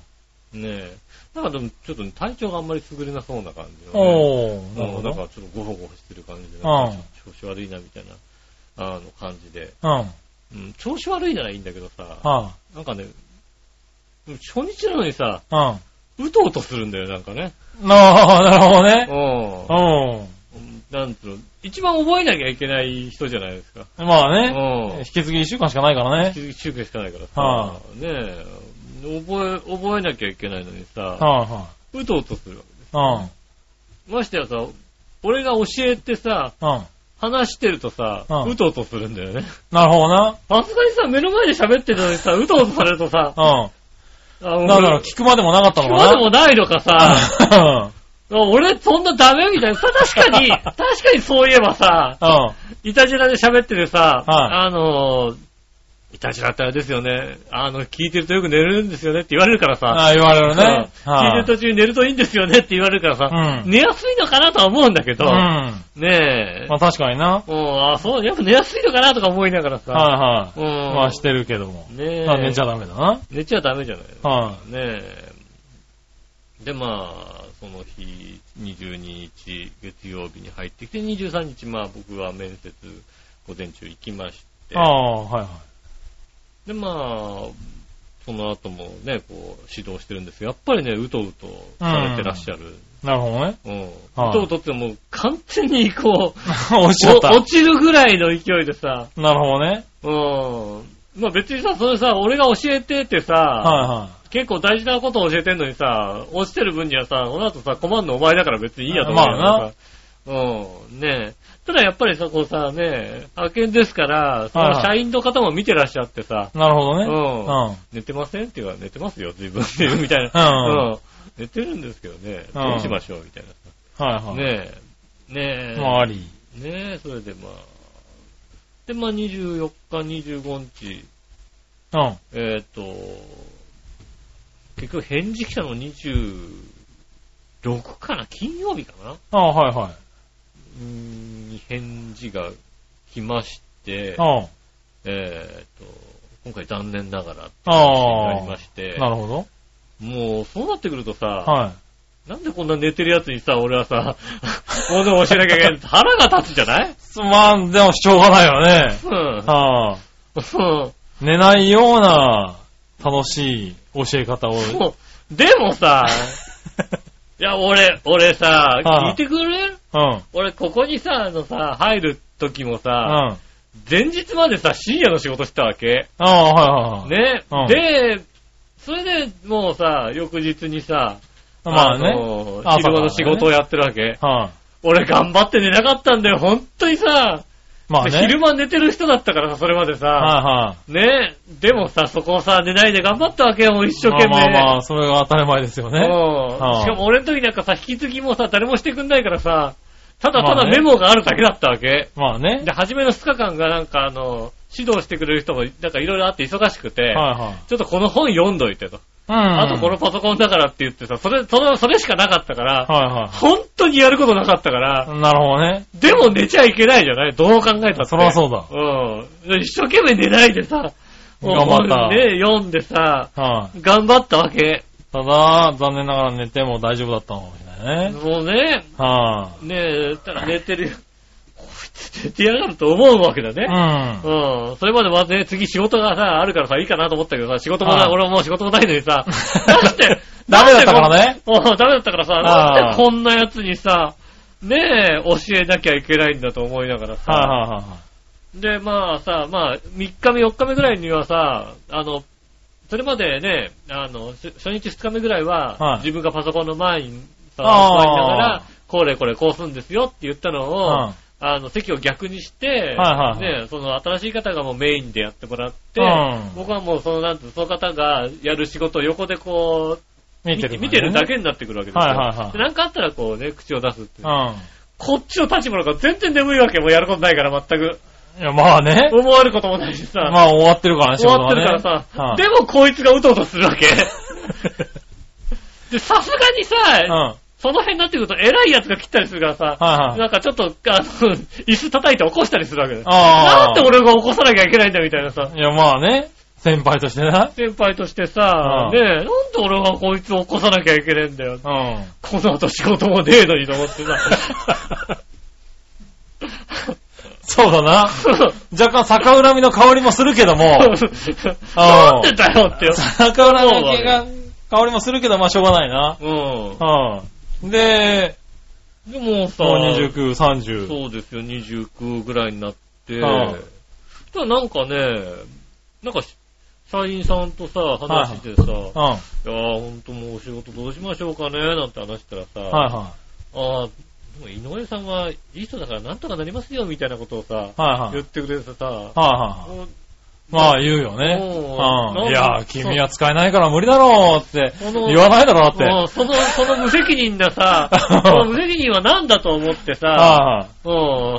え、なんかでもちょっとね、体調があんまり優れなそうな感じのね、おう。なるもほうなんど。かちょっとゴホゴホしてる感じで、んなんかちょっと調子悪いなみたいな、あの感じで、うん。はうん、調子悪いならいいんだけどさ、あ。なんかね、初日なのにさ、うん。あうとうとするんだよ、なんかね。あ、なるほどね。う。うんなんつうの、一番覚えなきゃいけない人じゃないですか。ん。まあうね。ん引。き継ぎ1週間しかないからね。中継しかないからはさ、ねえ、覚え、覚えなきゃいけないのにさ、はいうとうとするわけはい。ましてやさ、俺が教えてさ、うん。うん。話してるとさう、んうとうとするんだよね。なるほどな。さすがにさ、目の前で喋ってるのにさ、うとうとされるとさ、うあのん。だから聞くまでもなかった聞くのまでかもないのか さ、な。俺そんなダメみたいな。さ確 かに、確かにそういえばさ、うん。うん。いたじらで喋っててさ、はあの、いたじらってあれですよね。あの、聞いてるとよく寝れるんですよねって言われるからさ、ああ、言われるね。うん聞いてるはい途中に寝るといいんですよねって言われるからさ、うん寝やすいのかなとは思うんだけど、うん。ねえ、まあ確かにな。うん、あ、そう、やっぱ寝やすいのかなとか思いながらさ、はいはい。うん、まあしてるけども。ねえ、まあ寝ちゃダメだな。寝ちゃダメじゃないのはねえ。で、まあ、その日、22日、月曜日に入ってきて、23日、まあ僕は面接、午前中行きましてい。あ、あ、はいはい。で、まあ、その後もね、こう、指導してるんですけど、やっぱりね、うとうとされてらっしゃる。なるほどね。うん。うはいとうとってもう完全にこう、落ちちゃっ お落た。ちるぐらいの勢いでさ、なるほどね。うん。まあ別にさ、それさ、俺が教えてってさ、は結構大事なことを教えてんのにさ、落ちてる分にはさ、この後さ、困るのお前だから別にいいやと思うよまあなうん、ねえ。ただやっぱりさ、こうさ、ねえ、派遣ですから、そはいのはい社員の方も見てらっしゃってさ、いはい。なるほどね。うんうん。寝てませんって言うから、寝てますよ、自分って いう、みたいな。うんうん寝てるんですけどね、うんどうしましょう、みたいはいな。はい。ねえ。ねえ。まああり。ねえ、それでまあ。で、まあ24日、25日、うん。はいえっ、と、結局返事来たの26かな金曜日かなああ、はいはうーん返事が来ましてい。、うん。えっ、と、今回残念ながらってあなりまあ。して、なるほど。もうそうなってくるとさ、はなんでこんな寝てるやつにさ、俺はさ、 こうでも教えなきゃいけない。腹が立つじゃないい。まあ、でもしょうがないよね。うん。はあ。そ寝ないような楽しい教え方を。うもうでもさ、いや、俺、俺さ、ああ聞いてくれる うん。うん。俺、ここにさ、あのさ、入る時もさ、前日までさ、深夜の仕事してたわけ。ああ、はいはいはい。ね。うんで、それでもうさ、翌日にさ、まあね。の朝か昼らね間の仕事をやってるわけ。はい。俺頑張って寝なかったんだよ、本当にさ、まあね。昼間寝てる人だったからさ、それまでさ、はいはい。ね。でもさ、そこをさ、寝ないで頑張ったわけよ、一生懸命。まあまあまあ、それが当たり前ですようね。んああしかも俺の時なんかさ、引き継ぎもさ、誰もしてくんないからさ、ただたまだあねメモがあるだけだったわけ。まあね で、。初めの2日間がなんかあの、指導してくれる人もなんかいろいろあって忙しくて、はいはい。ちょっとこの本読んどいてと。うん。あとこのパソコンだからって言ってさ、それ、そのそれしかなかったから、は本当にやることなかったからい、はい。なるほどね。でも寝ちゃいけないじゃないどう考えたって。そりゃそうだうん。一生懸命寝ないでさ、もう頑張ったね、読んでさ、はい。頑張ったわけ。ただ、残念ながら寝ても大丈夫だったのかもしれないね。もうね、はねえ、ただ寝てる。こいつ寝てやがると思うわけだね。い。うん。うん。それまでまずね、次仕事がさ、あるからさ、いいかなと思ったけどさ、仕事もはない俺はもう仕事もないのに さ、なんして、ダメだったからね。うん、ダメだったからさ、あーなんでこんなやつにさ、ねえ、教えなきゃいけないんだと思いながらさ、はいはいはいはい。で、まあさ、まあ、3日目、4日目ぐらいにはさ、あの、それまでね、あの、し初日、2日目ぐらいは、はい自分がパソコンの前にさ、あー座りながら、これこれこうするんですよって言ったのを、うんあの、席を逆にして、はいはいはいね、その新しい方がもうメインでやってもらって、うん僕はもうその、なんて、その方がやる仕事を横でこう、見てる。見てるだ。けになってくるわけですよ。はいはいはいでなんかあったらこうね、口を出すっていうう。ん。こっちの立場なんか全然眠いわけ、もうやることないから全く。いや、まあね。思われることもないしさ、まあ終わってるからね、仕終事わっがてね。るからさ、はい でもこいつがうとうとするわけ。で、さすがにさ、うん。その辺になってくると偉いやつが切ったりするからさ、はいはい。なんかちょっと、あの、 椅子叩いて起こしたりするわけだよ。あなあ。んで俺が起こさなきゃいけないんだみたいなさ。いや、まあね。先輩としてな。先輩としてさ、うねんえ、なんで俺がこいつを起こさなきゃいけないんだよ。うん。この後仕事もねえのにと思ってさ。 そうだな。 若干逆恨みの香りもするけども、なんでだよってよ。逆恨みの気が香りもするけど、まあしょうがないな。ううん。で、ん。でもさ、もう29、30。そうですよ、29ぐらいになって、はいただなんかね、なんかし、社員さんとさ、話してさ、うん。はいいやー、ほんともうお仕事どうしましょうかね、なんて話したらさ、はああ、でも井上さんはいい人だからなんとかなりますよ、みたいなことをさい。、はいはい。はい言ってくれてさ、はい。もうまあ言うようね。んうん。いなやんかー、君は使えないから無理だろうってその言わないだろうって。、もうその、その無責任なさ その無責任は何だと思ってさ、あうん、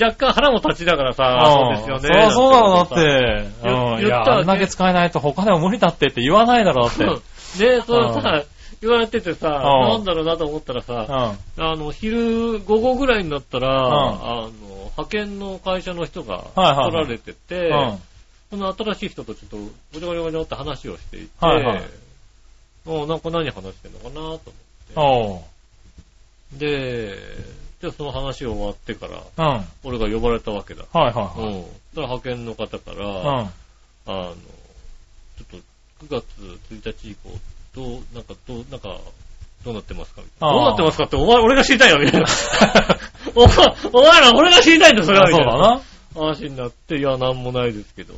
若干腹も立ちだからさ、そうですよね。そりゃそうだろうなって。言うん。い言っや、たわねあんだけ使えないと他でも無理だってって言わないだろうって。うん。で、それさ、言われててさ、んなんだろうなと思ったらさ、ああの、昼午後ぐらいになったら、んあの、派遣の会社の人が来はいはいはいられてて、うん。その新しい人とちょっと、ごちゃごちゃごちゃって話をしていて、はいはいもうなんか何話してんのかなと思って。おう。で、で、その話を終わってから、うん。はい俺が呼ばれたわけだ。はいうん。はそしたら派遣の方から、い。あの、ちょっと9月1日以降、どう、なんか、どう、なんか、どうなってますかみたいなあーどうなってますかって、お前、俺が知りたいよ、みたいな。 お前お前ら、俺が知りたいんだ、そうん。れは、あみそうたいだな。なはい話になって、いや、なんもないですけど、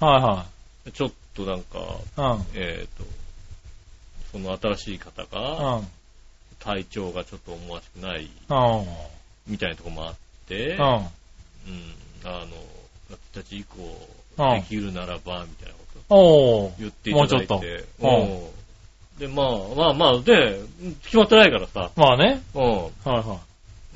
はちょっとなんか、い。うん。えっ、と、その新しい方が、うん。体調がちょっと思わしくない、うん。みたいなとこもあって、ううん、ん。あの、1日以うん降、できるならば、みたいなことおう。言っていただいもうて。とうんうんで、まあ、まあまあ、で、決まってないからさ、まあね。うん。はいは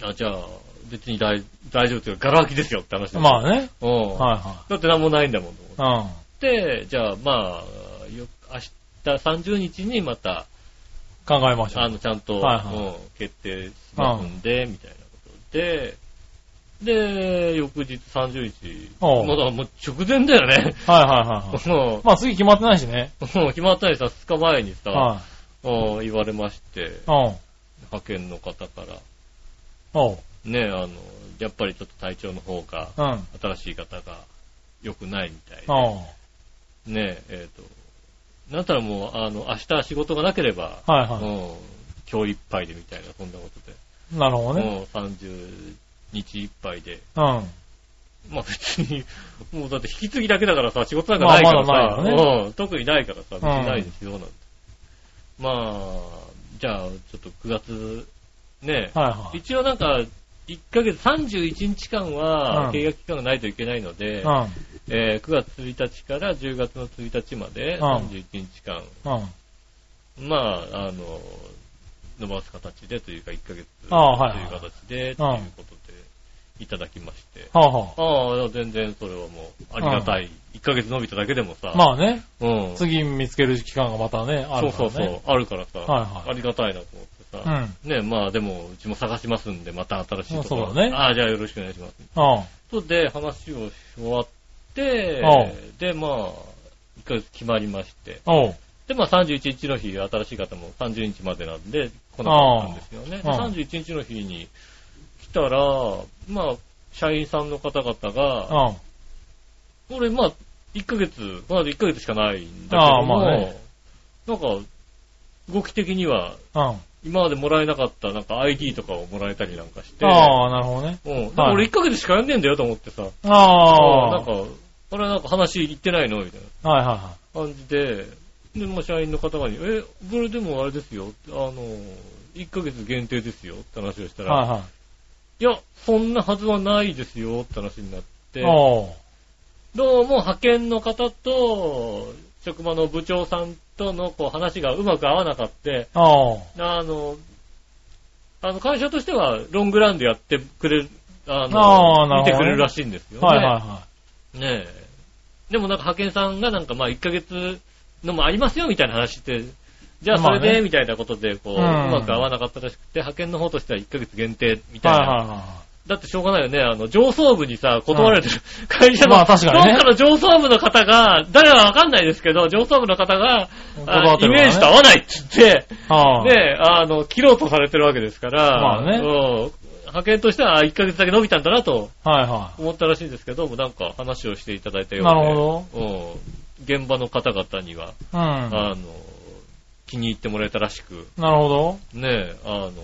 あ、じゃあ、別に大大丈夫っていうか、ガラ空きですよって話い。だまあね。うん。はだって何もないんだもんと思いはって、じゃあ、まあ、よ明日30日にまた、い。うん。考えましょあう。の、ちゃんと、はいはいうん決定しますんで、みたいなことで、で、翌日30日、おうまだもう直前だよ ね。はいはいはいは い。もまあ次決まってないしね。う、もう決まったりさ、2日前にさ、はうん言われまして、い。うん。派遣の方から、おう。ね、あの、やっぱりちょっと体調の方が、うん。新しい方が良くないみたいおう。で、ね、えっ、と、なんたらもう、あの、明日仕事がなければ、はいうはん今日いっぱいでみたいな、そんなことで。い。なるほどね。もう30日いっぱいで。うん。はいまあ別に、もうだって引き継ぎだけだからさ、仕事なんかないからさ、まあまだないようん、特にないからさ、別にないですよ、なんて。まあ、じゃあ、ちょっと9月、ね、はい。一応なんか、1ヶ月31日間うんは契約期間がないといけないので、うえー9月1日から10月の1日までうん31日間、ん。うん。まあ、あの、伸ばす形でというか、1ヶ月ああはいという形で、ということで、いただきまして。はあはああ、いや全然それはもう、ありがたい。1ヶ月伸びただけでもさ、あ。まあね、うん。そう次見つける期間がまたね、あるかそらうね。そう、あるからさ、はいはいありがたいなと思ってさ、ね、まあでも、うちも探しますんで、また新しいところ。そうだねああ、じゃあよろしくお願いします。うとで、話を終わってお、で、まあ、1ヶ月決まりまして、ん。うん。おう。で、まあ31日の日、新しい方も30日までなんで、来なかったんですよね。でああ31日の日に来たら、まあ、社員さんの方々が、うん。俺、まあ、1ヶ月、まだ1ヶ月しかないんだけども、ああまあねなんか、動き的には、うん。今までもらえなかった、なんか ID とかをもらえたりなんかして、ああ、なるほどね。うん。でもは俺い1ヶ月しかやんねえんだよと思ってさ、ああ。なんか、俺なんか話言ってないのみたいなはいは感じで、で、まあ、社員の方がに、え、これでもあれですよ、あの、1ヶ月限定ですよって話をしたいら、はい。はいや、そんなはずはないですよって話になっいて、はい。おう。どうも派遣の方と、職場の部長さんとのこう話がうまく合わなかった。おう。あの、あの会社としてはロングランでやってくれる、ああーの、なるほどね見てくれるらしいんですよね。はいはいはねえ。でもなんか派遣さんがなんかまあ1ヶ月のもありますよみたいな話って、じゃあそれまあで、ねみたいなことで、こう、ううんまく合わなかったらしくて、派遣の方としては1ヶ月限定みたいはいな。はいはだってしょうがないよね。あの、上層部にさ、断られてる会社の、まあ確かにねどっかの上層部の方が、誰かわかんないですけど、上層部の方が、断あってイるからねメージと合わないって言って、いはねい。あの、切ろうとされてるわけですから、まあねうん派遣としては1ヶ月だけ伸びたんだなとはいは思ったらしいんですけども、なんか話をしていただいたい。ようで。なるほど。現場の方々には、ど。うん。なあの、気に入ってもらえたらしく、るほど。ねえ、あの、こ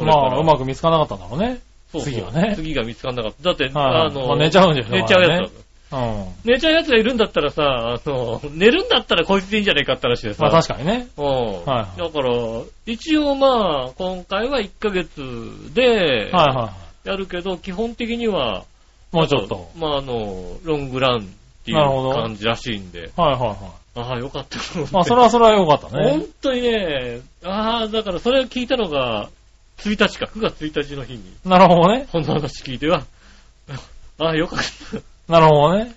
れまからあ、うまく見つからなかったんだろうね。そうそう次はね次が見つかんなかった。だって、はいあの、まあ寝ちゃうんじゃない寝ちゃうやつだ。うん。寝ちゃうやつがいるんだったらさ、あの、寝るんだったらこいつでいいんじゃないかって話でさ。まあ確かにね。うん。はいだから、一応まあ、今回は1ヶ月で、はいはやるけど、基本的には、い。もうちょっと。まああの、ロングランっていうなるほど感じらしいんで、はいはいはああ、よかったと思って。い。まあそれはそれは良かった ね本。当にね、ああ、だからそれを聞いたのが、1日か、9月1日の日に、なるほどね。この話聞いては、 ああ、よかった。なるほどね。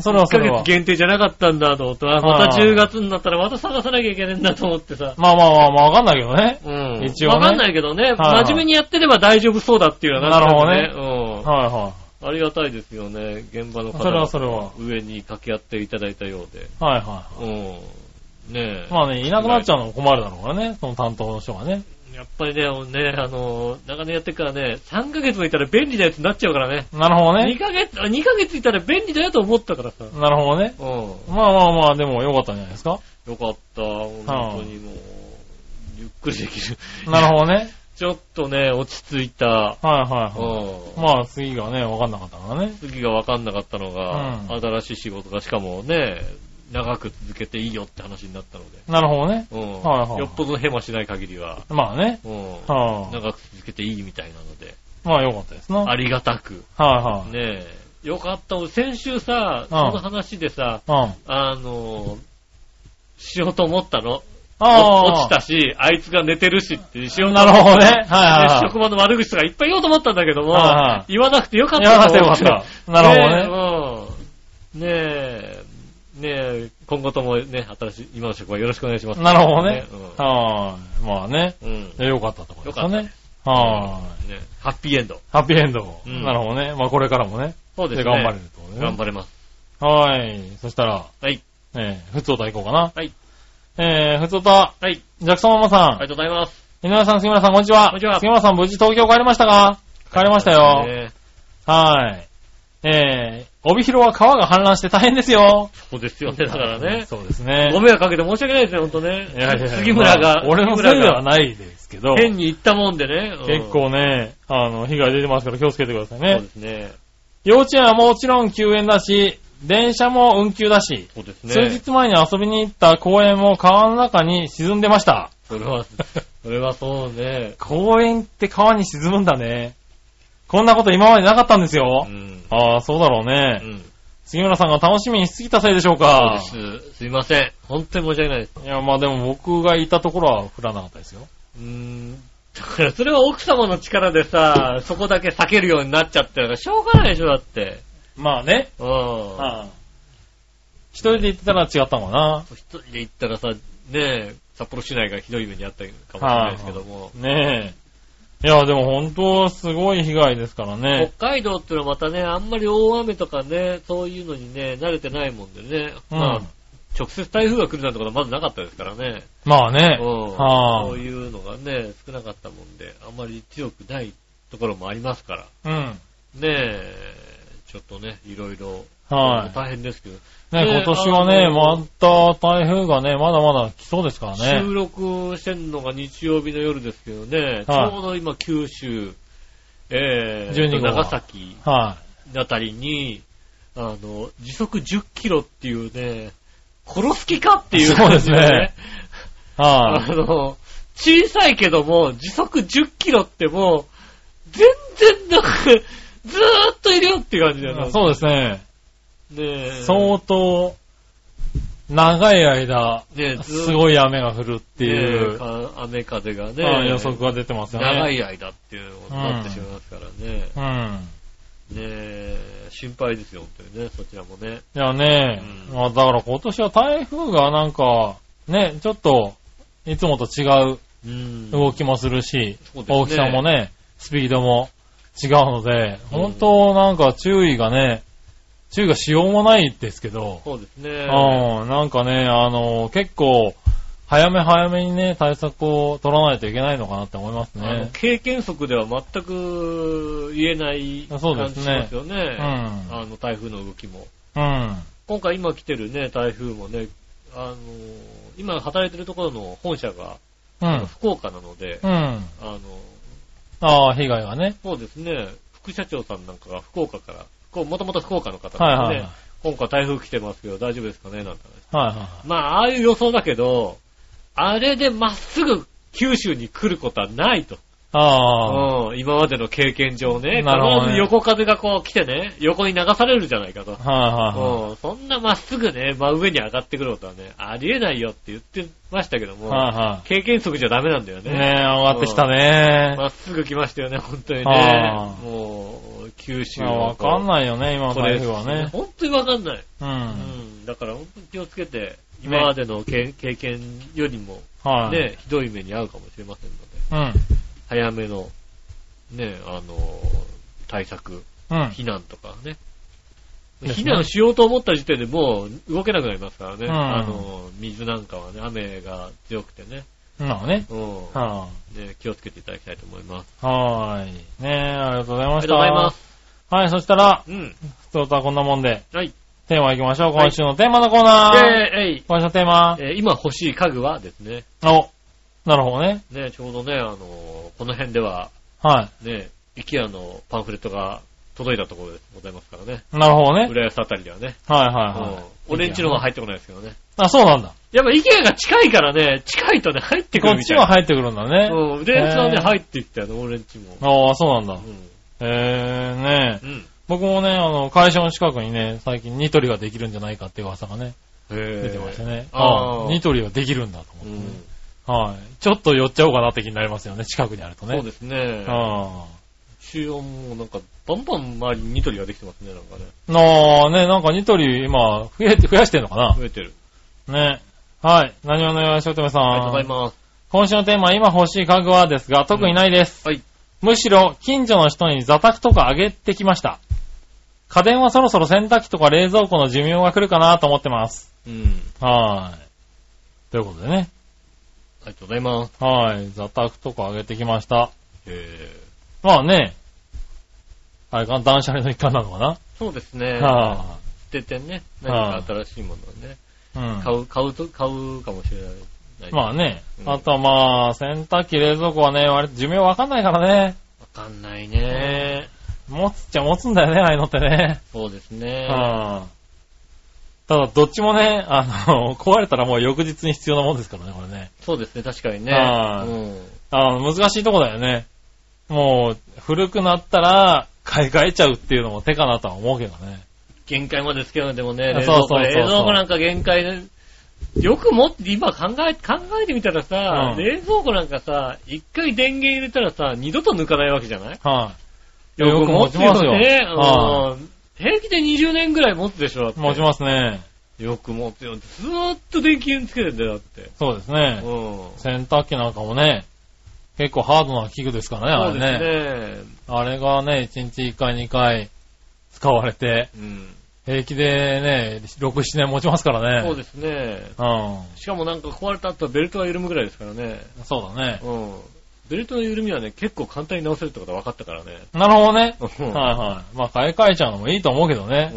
それは1そヶれは月。限定じゃなかったんだと思って、あまた10月になったらまた探さなきゃいけないんだと思ってさ。まあまあまあまあわかんないけどね。うん。一応ねわかんないけどね、はい真面目にやってれば大丈夫そうだっていうのはんかね。はいはうん。ありがたいですよね、現場のい。方それはそれは。上に掛け合っていただいたようで。はいはうん。ねえ。い。まあね、いなくなっちゃうのも困るだろうからね、その担当の人がね。やっぱりね、ね、あの、長年やってるからね、3ヶ月もいたら便利なやつになっちゃうからね。なるほど2ね。ヶ月、あ2ヶ月いたら便利だよと思ったからさ。なるほどね。うん。よまあまあまあ、でも良かったんじゃないですか。かった。本当にもう、ゆっくりできる。なるほどね。 ちょっとね、落ち着いた。はいはいはうい。ん。まあ次がね、わかんなかったからね。次が分かんなかったのが、う新しい仕事がしかもね、長く続けていいよって話になったので。なるほどね。うん。はいはいよっぽどヘマしない限りは。まあね。うん。はあ、長く続けていいみたいなので、まあ良かったですな。はあいりがたく。はねえ。よかった。俺先週さ、そうんの話でさ、い。うん。あのー、しようと思ったの。あ落ちあたし、あいつが寝てるしって、しようとな思るったほどね。はいはいでは職場の悪口とかいっぱい言おうと思ったんだけどもはいは、言わなくてよかっい。たやらなくてとよ思かっってた。なるほどねえ。うんね。ねえ。ねえ、今後ともね、新しい、今の職場よろしくお願いします。なるほどねうん。はい。まあね。うん。良かったところですよ良かね。はうんねハッピーエンド。い。ハッピーエンド。うんなるほどね。まあこれからもね。そうですね。頑張れるってことね。頑張れます。はい。そしたら、はい。えー、ふつおた行こうかな。はい。えー、ふつおた、はい。ジャクソンママさありがん、とうございます。井上さん、杉村さん、こんにちは。こんにちは杉村さん、無事東京帰りましたか帰りましたよ。ねはい。えー、帯広は川が氾濫して大変ですよ。そうですよね、だからね。そうですね。ご迷惑かけて申し訳ないですね、ほんとね。いやいやいや杉村まがあ、俺のせい杉で村はがないですけど、変結に行ったもんでね。うん構ね、あの、被害出てますから気をつけてくださいそうで。ねすね。幼稚園はもちろん休園だし、電車も運休だし、そうです数ね。日前に遊びに行った公園も川の中に沈んでました。それは、それはそうね。公園って川に沈むんだね。こんなこと今までなかったんですうよ。ん。ああ、そうだろううね、ん。杉村さんが楽しみにしすぎたせいでしょうそうか。です。すいません。本当に申し訳ないです。いや、まあでも僕がいたところは降らなかったですよ。うーん。だからそれは奥様の力でさ、そこだけ避けるようになっちゃってるから、しょうがないでしょ、だって。まあね。うん。一人で行ってたら違ったのかな。一人で行ったらさ、ねえ、札幌市内がひどい目にあったかもしれないですけども。ねえ。いや、でも本当すごい被害ですか北らね。海道ってのはまたね、あんまり大雨とかね、そういうのにね、慣れてないもんでね。うんまあ、直接台風が来るなんてことはまずなかったですからね。まあね。うんはあそういうのがね、少なかったもんで、あんまり強くないところもありますから。うん。ねえ、ちょっとね、いろいろ、はい大変ですけど、ね、で今年はね、あのまた台風がね、まだまだ来そうですから収ね。録してんのが日曜日の夜ですけどね、ちはいょうど今九州、えー、 12号長崎はあたりに、あの、時速10キロっていうね、殺す気かっていうそう感でじすのね、ねい。はあい。の、小さいけども、時速10キロってもう、全然なく、ずーっといるよって いう感じだよね。そうですね。ねえ相当、長い間、ねえずすーっごい雨が降るっていう、ねえか雨風がね、はい予測が出てますよね。長い間っていうことになってしまいますからね。うん。ねえ、心配ですよ、本当にね、そちらもね。いやね、うんまあだから今年は台風がなんか、ね、ちょっといつもと違ううん。動きもするし、そうですね大きさもね、スピードも違うので、本当なんか注意がね、注意がしようもないですけど、そうですね。うん、なんかね、あの、結構、早め早めにね、対策を取らないといけないのかなって思いますあのね。経験則では全く言えない感そうですじねしますよね。うんあの台風の動きも。うん。今回今来てるね、台風もね、あのー今働いてるところの本社が、うん。福岡なので、うん。あのーああ、被害がね。そうですね、副社長さんなんかが福岡から、こうもともと福岡の方はいなのはで、い。ねはい今回台風来てますけど大丈夫ですかねなんて話はまあ、ああいう予想だけど、あれでまっすぐ九州に来ることはないと。い。ああ。うん、今までの経験上ね、なるほど必ねず横風がこう来てね、横に流されるじゃないかと。はいはいはい。うん、そんなまっすぐね、真上に上がってくることはね、ありえないよって言ってましたけども、はいは経験則じゃダメなんだよい。ね。ねえ、上がってきたね。まっすぐ来ましたよね、本当にはねあ。もう、九州まあわかんい。ないよね、今のこれ台風はね。本当にわかんない。う。うんん、だから本当に気をつけて、今までの経経験よりも、はい。ね、ひどい目に遭うかもしれませんので、うん。早めの、ね、あの、対策、うん。避難とかね。です避ね難しようと思った時点でもう動けなくなりますからね。うんあの、水なんかはね、雨が強くてね。まあね。うん。はね気をつけていただきたいと思います。い。はーい。ねえ、ありがとうございあまりがとした。うございます。はい、そしたら、うん。普通とはこんなもんで、はい。テーマ行きましょう。今週のテーマのコーナー。で、えい。今週のテーマ。えー今欲しい家具はですね。お、なるほどね。ね、ちょうどね、あのーこの辺では、はね、IKEA のパンフレットが届いたところでございますからね。い。なるほどね。浦安あたりではね。はういはいんはい。俺んちの方は入ってこないですけどね。あ、そうなんだ。やっぱ IKEA が近いからね、近いとね、入ってくこるっみちたいなは。入ってくるんだね。うん、レースはね、へー入っていったよね、俺んちも。ああ、そうなんだう。ん。えー、ねえ。うん。僕もね、あの、会社の近くにね、最近ニトリができるんじゃないかっていう噂がね、出出てましたね。ね。あーああニトリができるんだと思うってね、ん。はい。ちょっと寄っちゃおうかなって気になりますよね、近くにあるとね。そうですね。あ中央もなんか、バンバン周りにニトリができてますね、なんかね。あ。なあね、なんかニトリ今、増えて、増やしてんのかな増えてる。ね。はい。何をのよしおとめさん。ありがとうございます。今週のテーマは、今欲しい家具はですが、特にないです。はい。むしろ、近所の人に座卓とかあげてきました。家電はそろそろ洗濯機とか冷蔵庫の寿命が来るかなと思ってます。うん。はい。ということでね。ありがとうございます。はい。座卓とかあげてきました。えまあね。あれかな、断捨離の一環なのかな。ーそうですね。は捨ててね、何か新しいものをね、い。うん。買う、買うと、買うかもしれない。まあね。うんあとはまあ、洗濯機、冷蔵庫はね、割と寿命わかんないからね。わかんないね。持つっちゃ持つんだよね、ああいうのってね。そうですね。うんただ、どっちもね、あの、 壊れたらもう翌日に必要なもんですからね、これね。そうですね、確かにね。はいあの、難しいとこだよね。もう、古くなったら、買い替えちゃうっていうのも手かなとは思うけどね。限界までつけるのでもね、あ冷蔵庫そうそうそうそう冷蔵庫なんか限界で、よく持って、今考え、考えてみたらさ、うん冷蔵庫なんかさ、一回電源入れたらさ、二度と抜かないわけじゃないはい、よく持ちますよ。ね。はうん平気で20年ぐらい持つでしょ、だってい持ちますね。よく持つよ。ずーっと電源つけてんだよ、だって。そうですうんね。。洗濯機なんかもね、結構ハードな器具ですからそうね、であれすね。ね。あれがね、1日1回2回使われて、うん。平気でね、6、7年持ちますからね。そうですね。うん。しかもなんか壊れた後はベルトが緩むぐらいですからね。そうだね。うん。ベルトの緩みはね、結構簡単に直せるってことが分かったからね。なるほどね。うんはいはい。まあ、買い替えちゃうのもいいと思うけどね。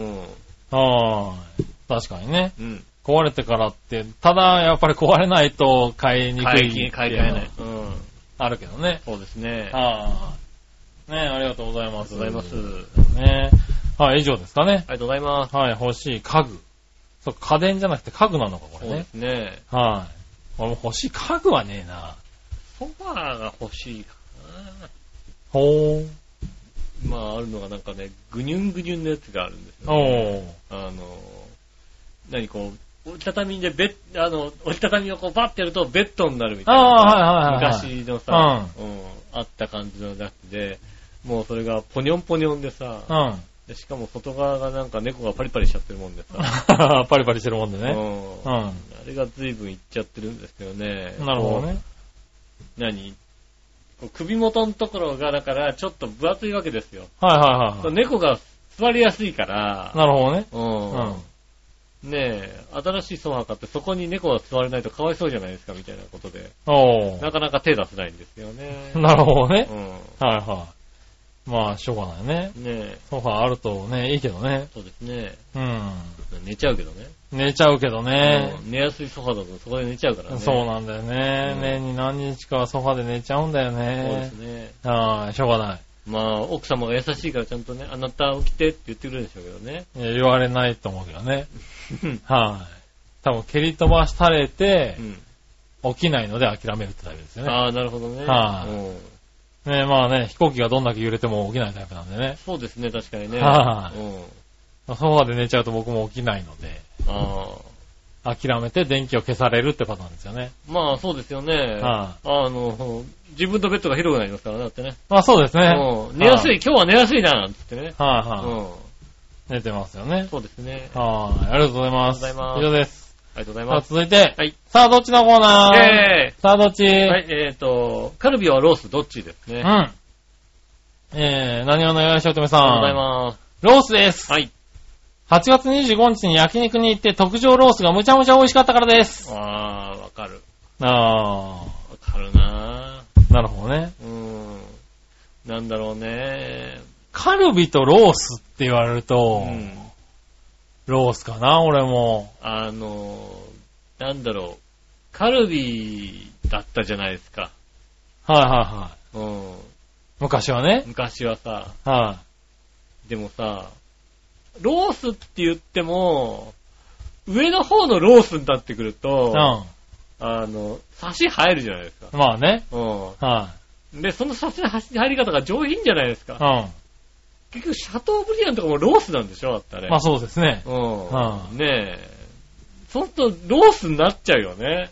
うはーい。確かにね。ん。壊れてからって、ただやっぱり壊れないと買いにく買いいっていうの替えない。うん。あるけどね。そうですね。あはーい。ねありがとうございます。りがとうございます。ねはい、以上ですかね。ありがとうございます。はい、欲しい家具。そう、家電じゃなくて家具なのか、こそうれでね。すね。はい。俺も欲しい家具はねえな。ソファーが欲しいかな。ほー。まあ、あるのがなんかね、ぐにゅんぐにゅんのやつがあるんですよ、おー。あの、何こう、折りたたみでベッ、あの、折りたたみをこうバッてやるとベッドになるみたいな。あーはいはいはいはい昔のさ、うん、あった感じのやつで、もうそれがポニョンポニョンでさ、うん。 でしかも外側がなんか猫がパリパリしちゃってるもんでさ。パリパリしてるもんでうね。んうん。あれが随分いっちゃってるんですけどね。なるほどね。こう。何こう首元のところが、だから、ちょっと分厚いわけですよ。はいはいはいそうはい。猫が座りやすいから、なるほどね。ううん。ん。ねえ、新しいソファー買ってそこに猫が座れないとかわいそうじゃないですか、みたいなことで。おなかなか手出せないんですよね。ー。なるほどねう。ん。はいはい。まあ、しょうがないね。ねえ、ソファーあるとね、いいけどね。そうですね。うん。寝ちゃうけどね。寝ちゃうけどね。うん寝やすいソファーだとそこで寝ちゃうからね。そうなんだよねう。ん年に何日かはソファで寝ちゃうんだよそうでねす。ね。はい、しょうがない。まあ、奥様が優しいからちゃんとね、あなた起きてって言ってくれるんでしょうけどね。いや言われないと思うけどね。うんはい。多分蹴り飛ばされてう、ん。起きないので諦めるってタイプですよね。ああ、なるほどね。はいうんねまあね、飛行機がどんだけ揺れても起きないタイプなんでね。そうですね、確かにね。はいうん。ソファで寝ちゃうと僕も起きないので、ああ。諦めて電気を消されるってパターンですよね。まあ、そうですよね。はあの、自分のベッドが広くなりますからね、だってね。まあそうですね。うん寝やす、はい今日は寝やすいな、なんつってね。はいうはい、ん。寝てますよね。そうですね。あはい、ありがとうございます。ありがとうございます以上です。りがとうございさあます。続いて、はい。さあどっちのコーナーイェーさあどっち、イはい、えっと、カルビはロースどっちですね。うありん。えー、何をのよしおとめさん。がとうございます。ロースです。はい。 8月25日に焼肉に行って特上ロースがむちゃむちゃ美味しかったからです。ああ、わかる。あわかるなー、なるほどね。うん。なんだろうね。カルビとロースって言われるうと、ん。ロースかな、俺も。あの、なんだろう。カルビだったじゃないですか。はいはいはい。うん。昔はね。昔はさ。はでもさ、ロースって言っても、上の方のロースになってくるい、と、あの、差し入るじゃないですか。うん。まあね。うはん。で、その差し入り方が上品じゃないですい、か。結局、シャトーブリアンとかもロースなんでしょだったうね。ん。まあそうですね。うはん。ねえ。そうすると、ロースになっちゃうよね。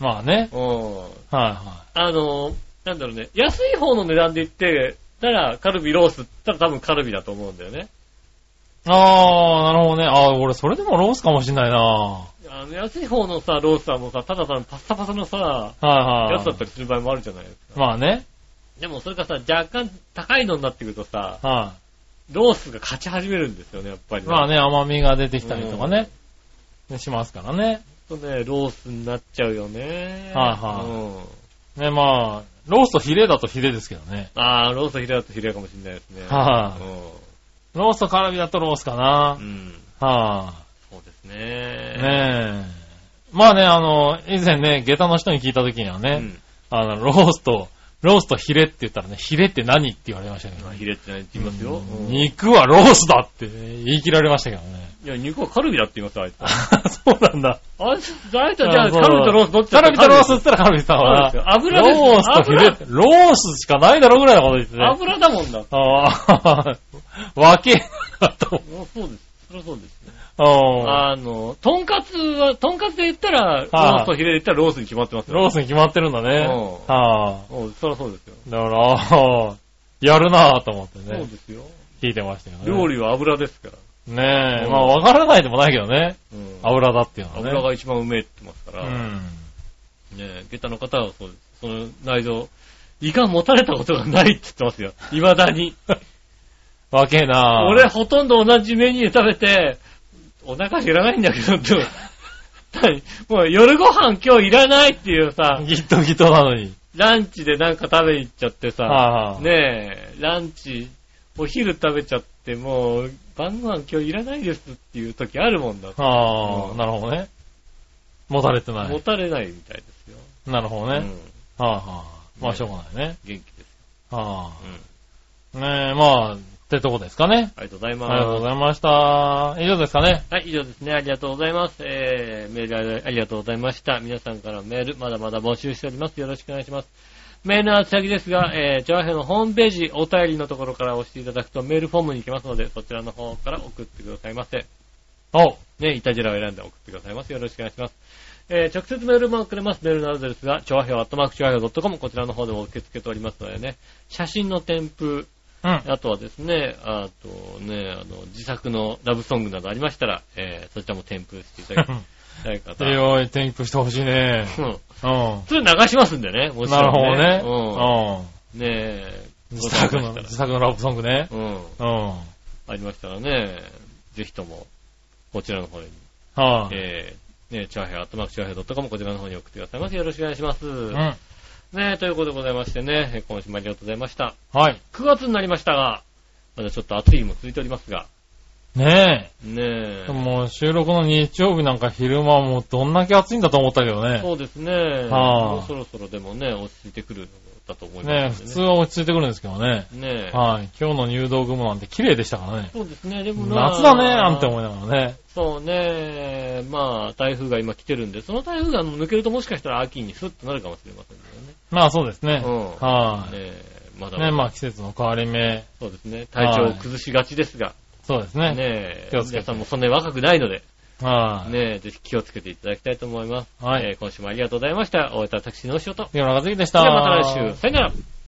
まあね。うん。はい、はあの、なんだろうね。安い方の値段で言って、たら、カルビロースって言ったら多分カルビだと思うんだよね。い。あー、なるほどね。あー、俺それでもロースかもしんないなはあの、安い方のさ、ロースはもうさ、たださ、パッサパサのさ、いはい。やつだったりする場合もあるじゃないですか。まあね。でもそれがさ、若干高いのになってくるとさ、はロースが勝ち始めるんですよね、やっぱり、い。まあね。ね、甘みが出てきたりとかね。しますからね。ちょっとね、ロースになっちゃうよね。はいはういん。ね、まあ、ロースとヒレだとヒレですけどね。ああ、ロースヒレだとヒレかもしれないですね。はうロースとカルビだとロースかな。ん。うん。はそうですね。い、ねえ。まあね、あの、以前ね、下駄の人に聞いた時にはね、うん。あの、ロースと、ロースとヒレって言ったらね、ヒレって何って言われましたけどまあね。ヒレって言いますよ。うんい肉はロースだって言い切られましたけどね。 や、肉はカルビだって言いますよ、あいつ。そうなんだ。あいつ、あいつはじゃああ、そうカルビとロースどっちだカったルらビとロースって言ったらカルビさんそうではすよ、油ですよロースとヒレって、ロースしかないだろうぐらいのこと言ってね。油だもんだって。ああ、 わけなともうそうです。そりゃそうです。思う。あああの、とんかつは、とんかつで言ったら、ロースとヒレで言ったらロースに決まってますよ。ロースに決まってるんだね。うんはあ。うんそりゃそうですよ。だから、ああやるなぁと思ってそうね、ですよ。聞いてましたけどね。料理は油ですから。ねえ、うんまあわからないでもないけどね。うん油だっていうのはね。油が一番うめえって言ってますから。ねうん。え、下駄の方はそうです。その内臓、胃が持たれたことがないって言ってますよ。未だに。わけえなぁ俺ほとんど同じメニュー食べて、お腹減らないんだけど、でも何もう夜ご飯今日いらないっていうさ、ギットギトなのに。ランチでなんか食べに行っちゃってさ、はあ、ねえ、ランチ、お昼食べちゃって、もう、晩ご飯今日いらないですっていう時あるもんだ。はあ、うんなるほどね。持たれてな持い。たれないみたいですよ。なるほどね。うん、はあ、はあ、まあしょうがないね。元気です。はうん。あ、ねえ、まあ、ってとこですかね。ありがとうございあます。りがとうございました。以上ですかね。はい、以上ですね。ありがとうございます。えー、メールありがとうございました。皆さんからメール、まだまだ募集しております。よろしくお願いします。メールの宛先ですが、えー、チョアヘのホームページ、お便りのところから押していただくとメールフォームに行きますので、そちらの方から送ってくださいませ。お、ね、イタジラを選んで送ってくださいます。よろしくお願いします。えー、直接メールも送れます。メールのアドレスが、調和表、アットマーク調和表 .com、こちらの方でも受け付けておりますのでね、写真の添付、うん。あとはですね、あとね、あの、自作のラブソングなどありましたら、えー、そちらも添付していただきたい方。いやおい、テンプしてほしいね。うん。うそれ流しますんでね、もん。ちなるろん、ね。ほどね。うん。ねえ、うん。自作ごの、ざいま自し作のラブソングねた。ら。うん。うん。はありましたらね、ぜひとも、こちらの方に、い。えー、ねチャーヘア、アットマークチャーヘア .com こちらの方に送ってくださいませ。よろしくお願いします。うねん。えということでございましてね、えー今週もありがとうございました。はい。 9月になりましたが、まだちょっと暑い日も続いておりますが、ねねええ。。もう収録の日曜日なんか昼間もうどんだけ暑いんだと思ったけどね。そうですね。はあもうそろそろでもね、落ち着いてくるのだと思いねえ、ま普すん通でね。は落ち着いてくるんですけどね。ねえ。はい。今日の入道雲なんて綺麗でしたからね。そうですね。でもまあ夏だね、なんて思いながらね。そうね。まあ、台風が今来てるんで、その台風が抜けるともしかしたら秋にスッとなるかもしれませんけどね。まあそうですね。うんはい。ねえ、まだまだね、まあ季節の変わり目。そうですね。体調を崩しがちですが、そうですねね。え、気をつけ皆てさんもそんなに若くないので、はい。ねえ、ぜひ気をつけていただきたいと思います。はいえー今週もありがとうございました。お会いいたい私の仕事。夜中過ぎでしそた。れではまた来週。さよなら。